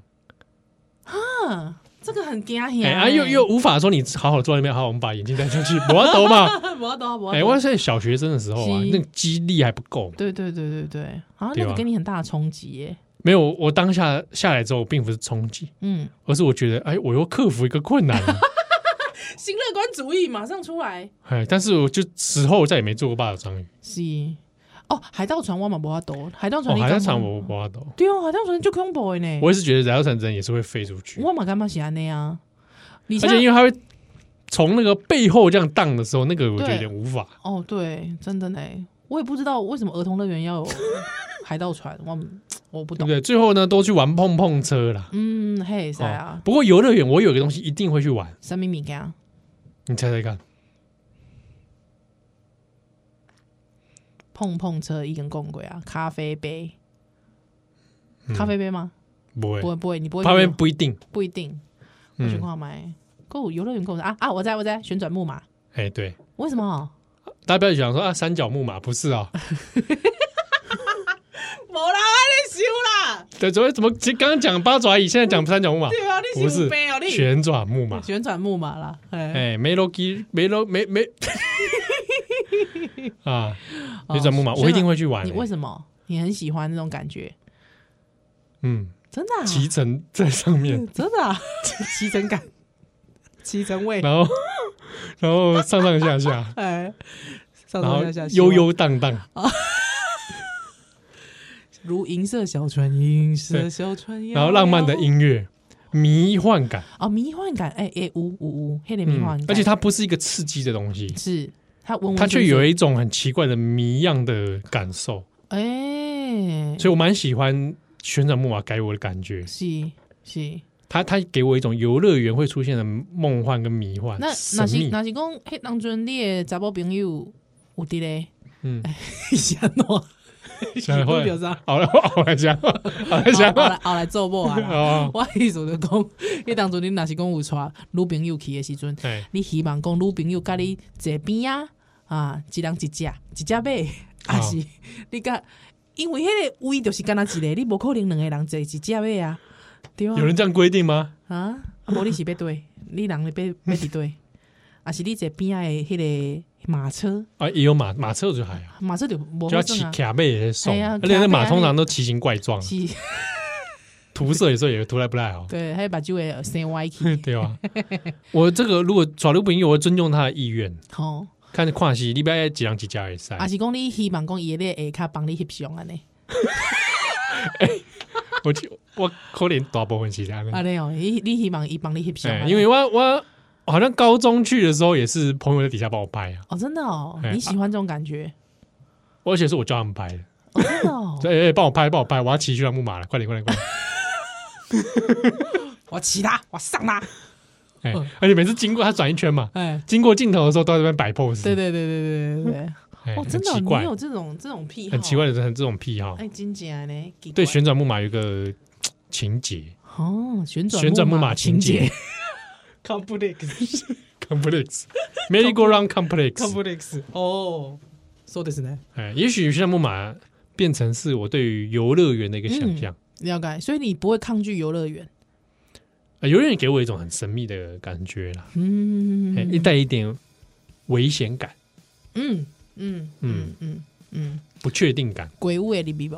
Speaker 4: 嗯，这个很惊
Speaker 3: 哎、
Speaker 4: 吓。
Speaker 3: 啊，又 又，无法说你好好坐在那边，好，我们把眼镜戴上去， 我要抖嘛。
Speaker 4: 我要懂，我
Speaker 3: 哎、
Speaker 4: 要
Speaker 3: 我
Speaker 4: 懂。
Speaker 3: 在小学生的时候啊，
Speaker 4: 是
Speaker 3: 那个肌力还不够，
Speaker 4: 对对对对对，啊，
Speaker 3: 对啊
Speaker 4: 那个给你很大的冲击耶。
Speaker 3: 没有，我当下下来之后，并不是冲击，
Speaker 4: 嗯，
Speaker 3: 而是我觉得，哎、我又克服一个困难 了，
Speaker 4: 新乐观主义马上出来。
Speaker 3: 哎、但是我就此后再也没做过八爪章鱼，
Speaker 4: 是，哦，海盗船我嘛不要多，海盗
Speaker 3: 哦，
Speaker 4: 船你
Speaker 3: 还在
Speaker 4: 敢嗯
Speaker 3: 场
Speaker 4: 看
Speaker 3: 我我抖，
Speaker 4: 对哦，海盗船就恐怖的呢。
Speaker 3: 我也是觉得燃料产人也是会飞出去，
Speaker 4: 我嘛干嘛喜欢那样？而
Speaker 3: 而且因为它会从那个背后这样荡的时候，那个我觉得有
Speaker 4: 对
Speaker 3: 点无法，
Speaker 4: 哦，对，真的呢，我也不知道为什么儿童乐园要有海盗船，我我 不
Speaker 3: 对不
Speaker 4: 懂。
Speaker 3: 对？最后呢，都去玩碰碰车啦。
Speaker 4: 嗯，嘿，谁
Speaker 3: 哦
Speaker 4: 啊？
Speaker 3: 不过游乐园我有一个东西一定会去玩，
Speaker 4: 神秘米干
Speaker 3: 你猜猜看，
Speaker 4: 碰碰车一根棍棍啊，咖啡杯，咖啡杯吗？
Speaker 3: 不会
Speaker 4: 不，会不会，你不会
Speaker 3: 旁
Speaker 4: 去
Speaker 3: 边
Speaker 4: 吗
Speaker 3: 不一定。
Speaker 4: 不一定。我
Speaker 3: 嗯
Speaker 4: 去看买购游乐园购物啊啊！我在我在旋转木马，
Speaker 3: 哎，对，
Speaker 4: 为什么？
Speaker 3: 大家不要想说啊，三角木马不是 啊，
Speaker 4: 没啦，我在修啦，
Speaker 3: 对，怎么怎么其实刚刚讲八爪鱼，现在讲三角木马，
Speaker 4: 啊，
Speaker 3: 不是旋转木马。
Speaker 4: 旋转木马啦，哎，
Speaker 3: 哎，梅洛基梅洛梅 梅啊，旋转木马
Speaker 4: 哦
Speaker 3: 我一定会去玩
Speaker 4: 你为
Speaker 3: 欸。
Speaker 4: 什么？你很喜欢那种感觉，
Speaker 3: 嗯，
Speaker 4: 真的啊？
Speaker 3: 骑乘在上面，
Speaker 4: 真的、啊， 骑乘感，骑乘位，
Speaker 3: 然后然后上上下下，
Speaker 4: 哎，上
Speaker 3: 然后
Speaker 4: 上下下，
Speaker 3: 悠悠荡荡。
Speaker 4: 如银色小船，银色小船，
Speaker 3: 然后浪漫的音乐，迷幻感，
Speaker 4: 哦，迷幻感，哎哎，呜呜呜，黑的迷
Speaker 3: 嗯
Speaker 4: 幻感，
Speaker 3: 而且它不是一个刺激的东西，
Speaker 4: 是它温温，
Speaker 3: 它却有
Speaker 4: 一，
Speaker 3: 一种很奇怪的迷样的感受，
Speaker 4: 哎，
Speaker 3: 所以我蛮喜欢旋转木马给我的感觉，
Speaker 4: 是是，
Speaker 3: 它它给我一种游乐园会出现的梦幻跟迷幻
Speaker 4: 那，
Speaker 3: 神
Speaker 4: 那是
Speaker 3: 秘，
Speaker 4: 那是讲黑当中你的查某朋友有的嘞，
Speaker 3: 嗯，
Speaker 4: 想 喏，
Speaker 3: 想会
Speaker 4: 表啥？
Speaker 3: 好了，好了，想，好了，想
Speaker 4: 后，来后来做某啊啦。
Speaker 3: 哦，
Speaker 4: 我的意思就讲，迄当初你若是讲有带女朋友去的时阵，
Speaker 3: 哎，
Speaker 4: 你希望讲女朋友甲你坐边啊，啊，一人一只，一只马，
Speaker 3: 哦
Speaker 4: 啊是，你甲，因为迄个位就是干那一个，你无可能两个人坐一只马啊，对啊
Speaker 3: 有，人这样规定吗？
Speaker 4: 啊，啊无你是 要对，你人要要伫对，啊是你坐边仔的迄个马车，
Speaker 3: 啊，也有马马车就还好，
Speaker 4: 马车就无
Speaker 3: 就
Speaker 4: 好
Speaker 3: 要骑
Speaker 4: 耍啊，
Speaker 3: 卡背也送
Speaker 4: 哎，呀
Speaker 3: 而且那马
Speaker 4: 骑马
Speaker 3: 通常都奇形怪状，
Speaker 4: 是，
Speaker 3: 涂色有时候也涂来不太好。，
Speaker 4: 对，迄目睭会生歪去
Speaker 3: 对 吧？我这个如果耍流朋友，我会尊重他的意愿，
Speaker 4: 吼，
Speaker 3: 看看是礼拜几人几家也赛
Speaker 4: 啊。是讲你希望讲伊咧下骹帮你翕相安尼。
Speaker 3: 我就我可能大部分是这样的，
Speaker 4: 啊，你哦，你你希望伊帮你翕相
Speaker 3: 哎
Speaker 4: 啊，
Speaker 3: 嗯因为我我好像高中去的时候也是朋友在底下帮我拍啊，
Speaker 4: 哦，真的哦
Speaker 3: 哎，
Speaker 4: 你喜欢这种感觉，
Speaker 3: 而且是我叫他们拍的，
Speaker 4: 哦真的 哦，
Speaker 3: 所以哎帮我拍帮我拍，我要骑旋转木马了，快点快点快点！
Speaker 4: 我骑他，我上他，
Speaker 3: 哎
Speaker 4: 嗯，
Speaker 3: 而且每次经过他转一圈嘛，
Speaker 4: 哎，
Speaker 3: 经过镜头的时候都在那边摆 pose，
Speaker 4: 对对对对对对对
Speaker 3: 哎，
Speaker 4: 对，哦，
Speaker 3: 很
Speaker 4: 真的哦
Speaker 3: 奇
Speaker 4: 你
Speaker 3: 怪
Speaker 4: 有，这种这种癖好，
Speaker 3: 很奇怪，的人这种癖好，
Speaker 4: 哎，真假呢？奇怪
Speaker 3: 对旋转木马有一个嘖情节
Speaker 4: 哦，旋转
Speaker 3: 旋转木马情
Speaker 4: 情
Speaker 3: 节
Speaker 4: 节 ，complex
Speaker 3: ，complex，merry go round complex，
Speaker 4: complex 哦，そうですね，
Speaker 3: 哎，也许旋转木马变成是我对于游乐园的一个想象。
Speaker 4: 了解，所以你不会抗拒游乐园，
Speaker 3: 啊，游乐园给我一种很神秘的感觉啦，
Speaker 4: 嗯
Speaker 3: 哎，一带一点危险感、
Speaker 4: 嗯嗯嗯嗯嗯，
Speaker 3: 不确定感。
Speaker 4: 鬼屋的你比不？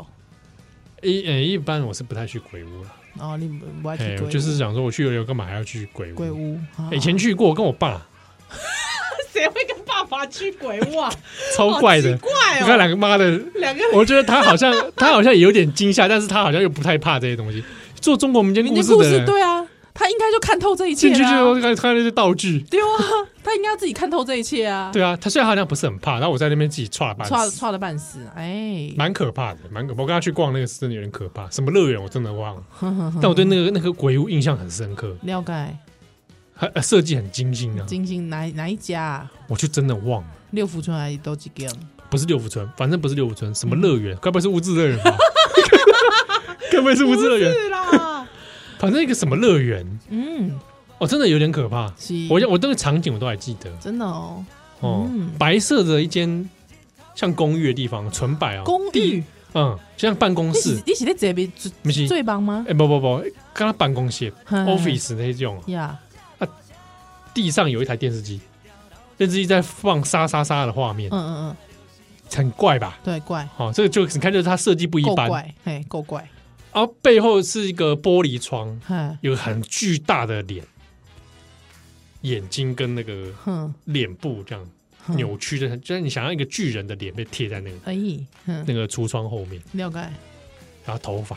Speaker 3: 一呃，一般我是不太去鬼屋了，
Speaker 4: 哦，你不不爱去
Speaker 3: 哎，
Speaker 4: 鬼
Speaker 3: 我
Speaker 4: 屋，
Speaker 3: 就是想说，我去游乐园干嘛还要去鬼
Speaker 4: 鬼
Speaker 3: 屋？
Speaker 4: 屋，啊好
Speaker 3: 以前去过，跟我爸
Speaker 4: 谁会跟爸爸去鬼屋啊？
Speaker 3: 超怪的
Speaker 4: 好奇，
Speaker 3: 你
Speaker 4: 怪
Speaker 3: 看
Speaker 4: 哦，
Speaker 3: 两个妈的，
Speaker 4: 两个 人
Speaker 3: 我觉得他好像他好像也有点惊吓，但是他好像又不太怕这些东西。做中国民间
Speaker 4: 民
Speaker 3: 故
Speaker 4: 间
Speaker 3: 事
Speaker 4: 故
Speaker 3: 的
Speaker 4: 事，
Speaker 3: 人，
Speaker 4: 对啊，他应该就看透这一切
Speaker 3: 进去
Speaker 4: 啦
Speaker 3: 就看看那些道具，
Speaker 4: 对啊，他应该要自己看透这一切啊。
Speaker 3: 对啊，他虽然好像不是很怕，然后我在那边自己踹了半
Speaker 4: 错
Speaker 3: 死，
Speaker 4: 错的半死，哎，
Speaker 3: 蛮可怕的，蛮可怕。我跟他去逛那个是真的有点可怕，什么乐园我真的忘 了，但我对那个那个鬼屋印象很深刻，
Speaker 4: 了解。
Speaker 3: 很呃设计很精心啊，
Speaker 4: 金星哪哪一家、啊？
Speaker 3: 我就真的忘了。
Speaker 4: 六福村还是都几个？
Speaker 3: 不是六福村，反正不是六福村，什么乐
Speaker 4: 嗯
Speaker 3: 园？该不会是物质乐园 吧？该不会是物质乐园？
Speaker 4: 是啦，
Speaker 3: 反正一个什么乐园，
Speaker 4: 嗯，
Speaker 3: 哦，真的有点可怕。
Speaker 4: 是，
Speaker 3: 我我那个场景我都还记得
Speaker 4: 真的哦，
Speaker 3: 哦，
Speaker 4: 嗯
Speaker 3: 白色的一间像公寓的地方，纯白哦，
Speaker 4: 公
Speaker 3: 地，
Speaker 4: 寓，
Speaker 3: 嗯，就像办公
Speaker 4: 你
Speaker 3: 室
Speaker 4: 是，你是在这边最
Speaker 3: 不是？
Speaker 4: 最棒吗
Speaker 3: 哎、不不不，刚刚办公室
Speaker 4: 嘿
Speaker 3: office 那种，
Speaker 4: 呀？
Speaker 3: 地上有一台电视机，电视机在放沙沙沙的画面
Speaker 4: 嗯，嗯嗯，
Speaker 3: 很怪吧？
Speaker 4: 对，怪，
Speaker 3: 哦，这个就你看，就是它设计不一
Speaker 4: 够
Speaker 3: 般，
Speaker 4: 怪，嘿，够怪，
Speaker 3: 然后背后是一个玻璃窗，
Speaker 4: 嘿，
Speaker 3: 有很巨大的脸，眼睛跟那个
Speaker 4: 哼，
Speaker 3: 脸部这样
Speaker 4: 哼
Speaker 3: 扭，曲的，就是你想要一个巨人的脸被贴在那个
Speaker 4: 哎，哼，
Speaker 3: 那个橱窗后面，
Speaker 4: 了解，
Speaker 3: 然后头发，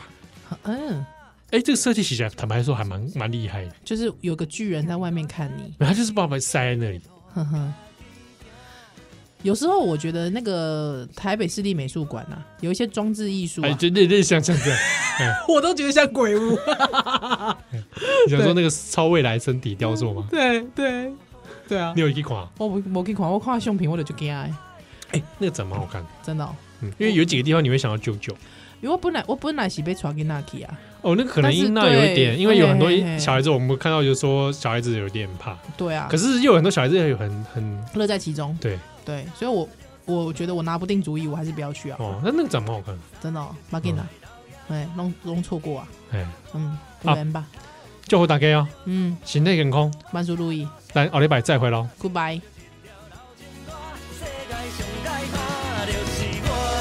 Speaker 4: 嗯，
Speaker 3: 哎，这个设计起来坦白说还蛮蛮厉害的，
Speaker 4: 就是有个巨人在外面看你，
Speaker 3: 他就是把我们塞在那里，
Speaker 4: 哼哼。有时候我觉得那个台北市立美术馆啊，有一些装置艺术、啊
Speaker 3: 哎，，就类类像像这样，
Speaker 4: 我都觉得像鬼屋。
Speaker 3: 你想说那个超未来身体雕塑吗？
Speaker 4: 对对对啊
Speaker 3: 你，有一款，
Speaker 4: 我不我去看，我看到胸片我就就惊的，
Speaker 3: 哎，那个展蛮好看的，
Speaker 4: 真的、哦。
Speaker 3: 嗯，因为有几个地方你会想要救救。
Speaker 4: 因为我本来我本来是被传给那去啊，
Speaker 3: 哦，那个可能
Speaker 4: 但是
Speaker 3: 因那有一点，
Speaker 4: 对
Speaker 3: 因为有很多
Speaker 4: 嘿嘿嘿
Speaker 3: 小孩子，我们看到就说小孩子有点怕，
Speaker 4: 对啊，
Speaker 3: 可
Speaker 4: 是
Speaker 3: 是又有很多小孩子有很很
Speaker 4: 乐在其中，
Speaker 3: 对
Speaker 4: 对，所以我我觉得我拿不定主意，我还是不要去啊，
Speaker 3: 哦，那那个展蛮好看的，
Speaker 4: 真的、哦，马给拿，哎，弄弄错过啊，
Speaker 3: 哎，
Speaker 4: 嗯，不
Speaker 3: 啊
Speaker 4: 然吧，
Speaker 3: 就好大家哦，
Speaker 4: 嗯，
Speaker 3: 行内健康，
Speaker 4: 万事如意
Speaker 3: 咱后礼拜再会喽。
Speaker 4: ，Goodbye。
Speaker 6: 世界上歹拍就是我。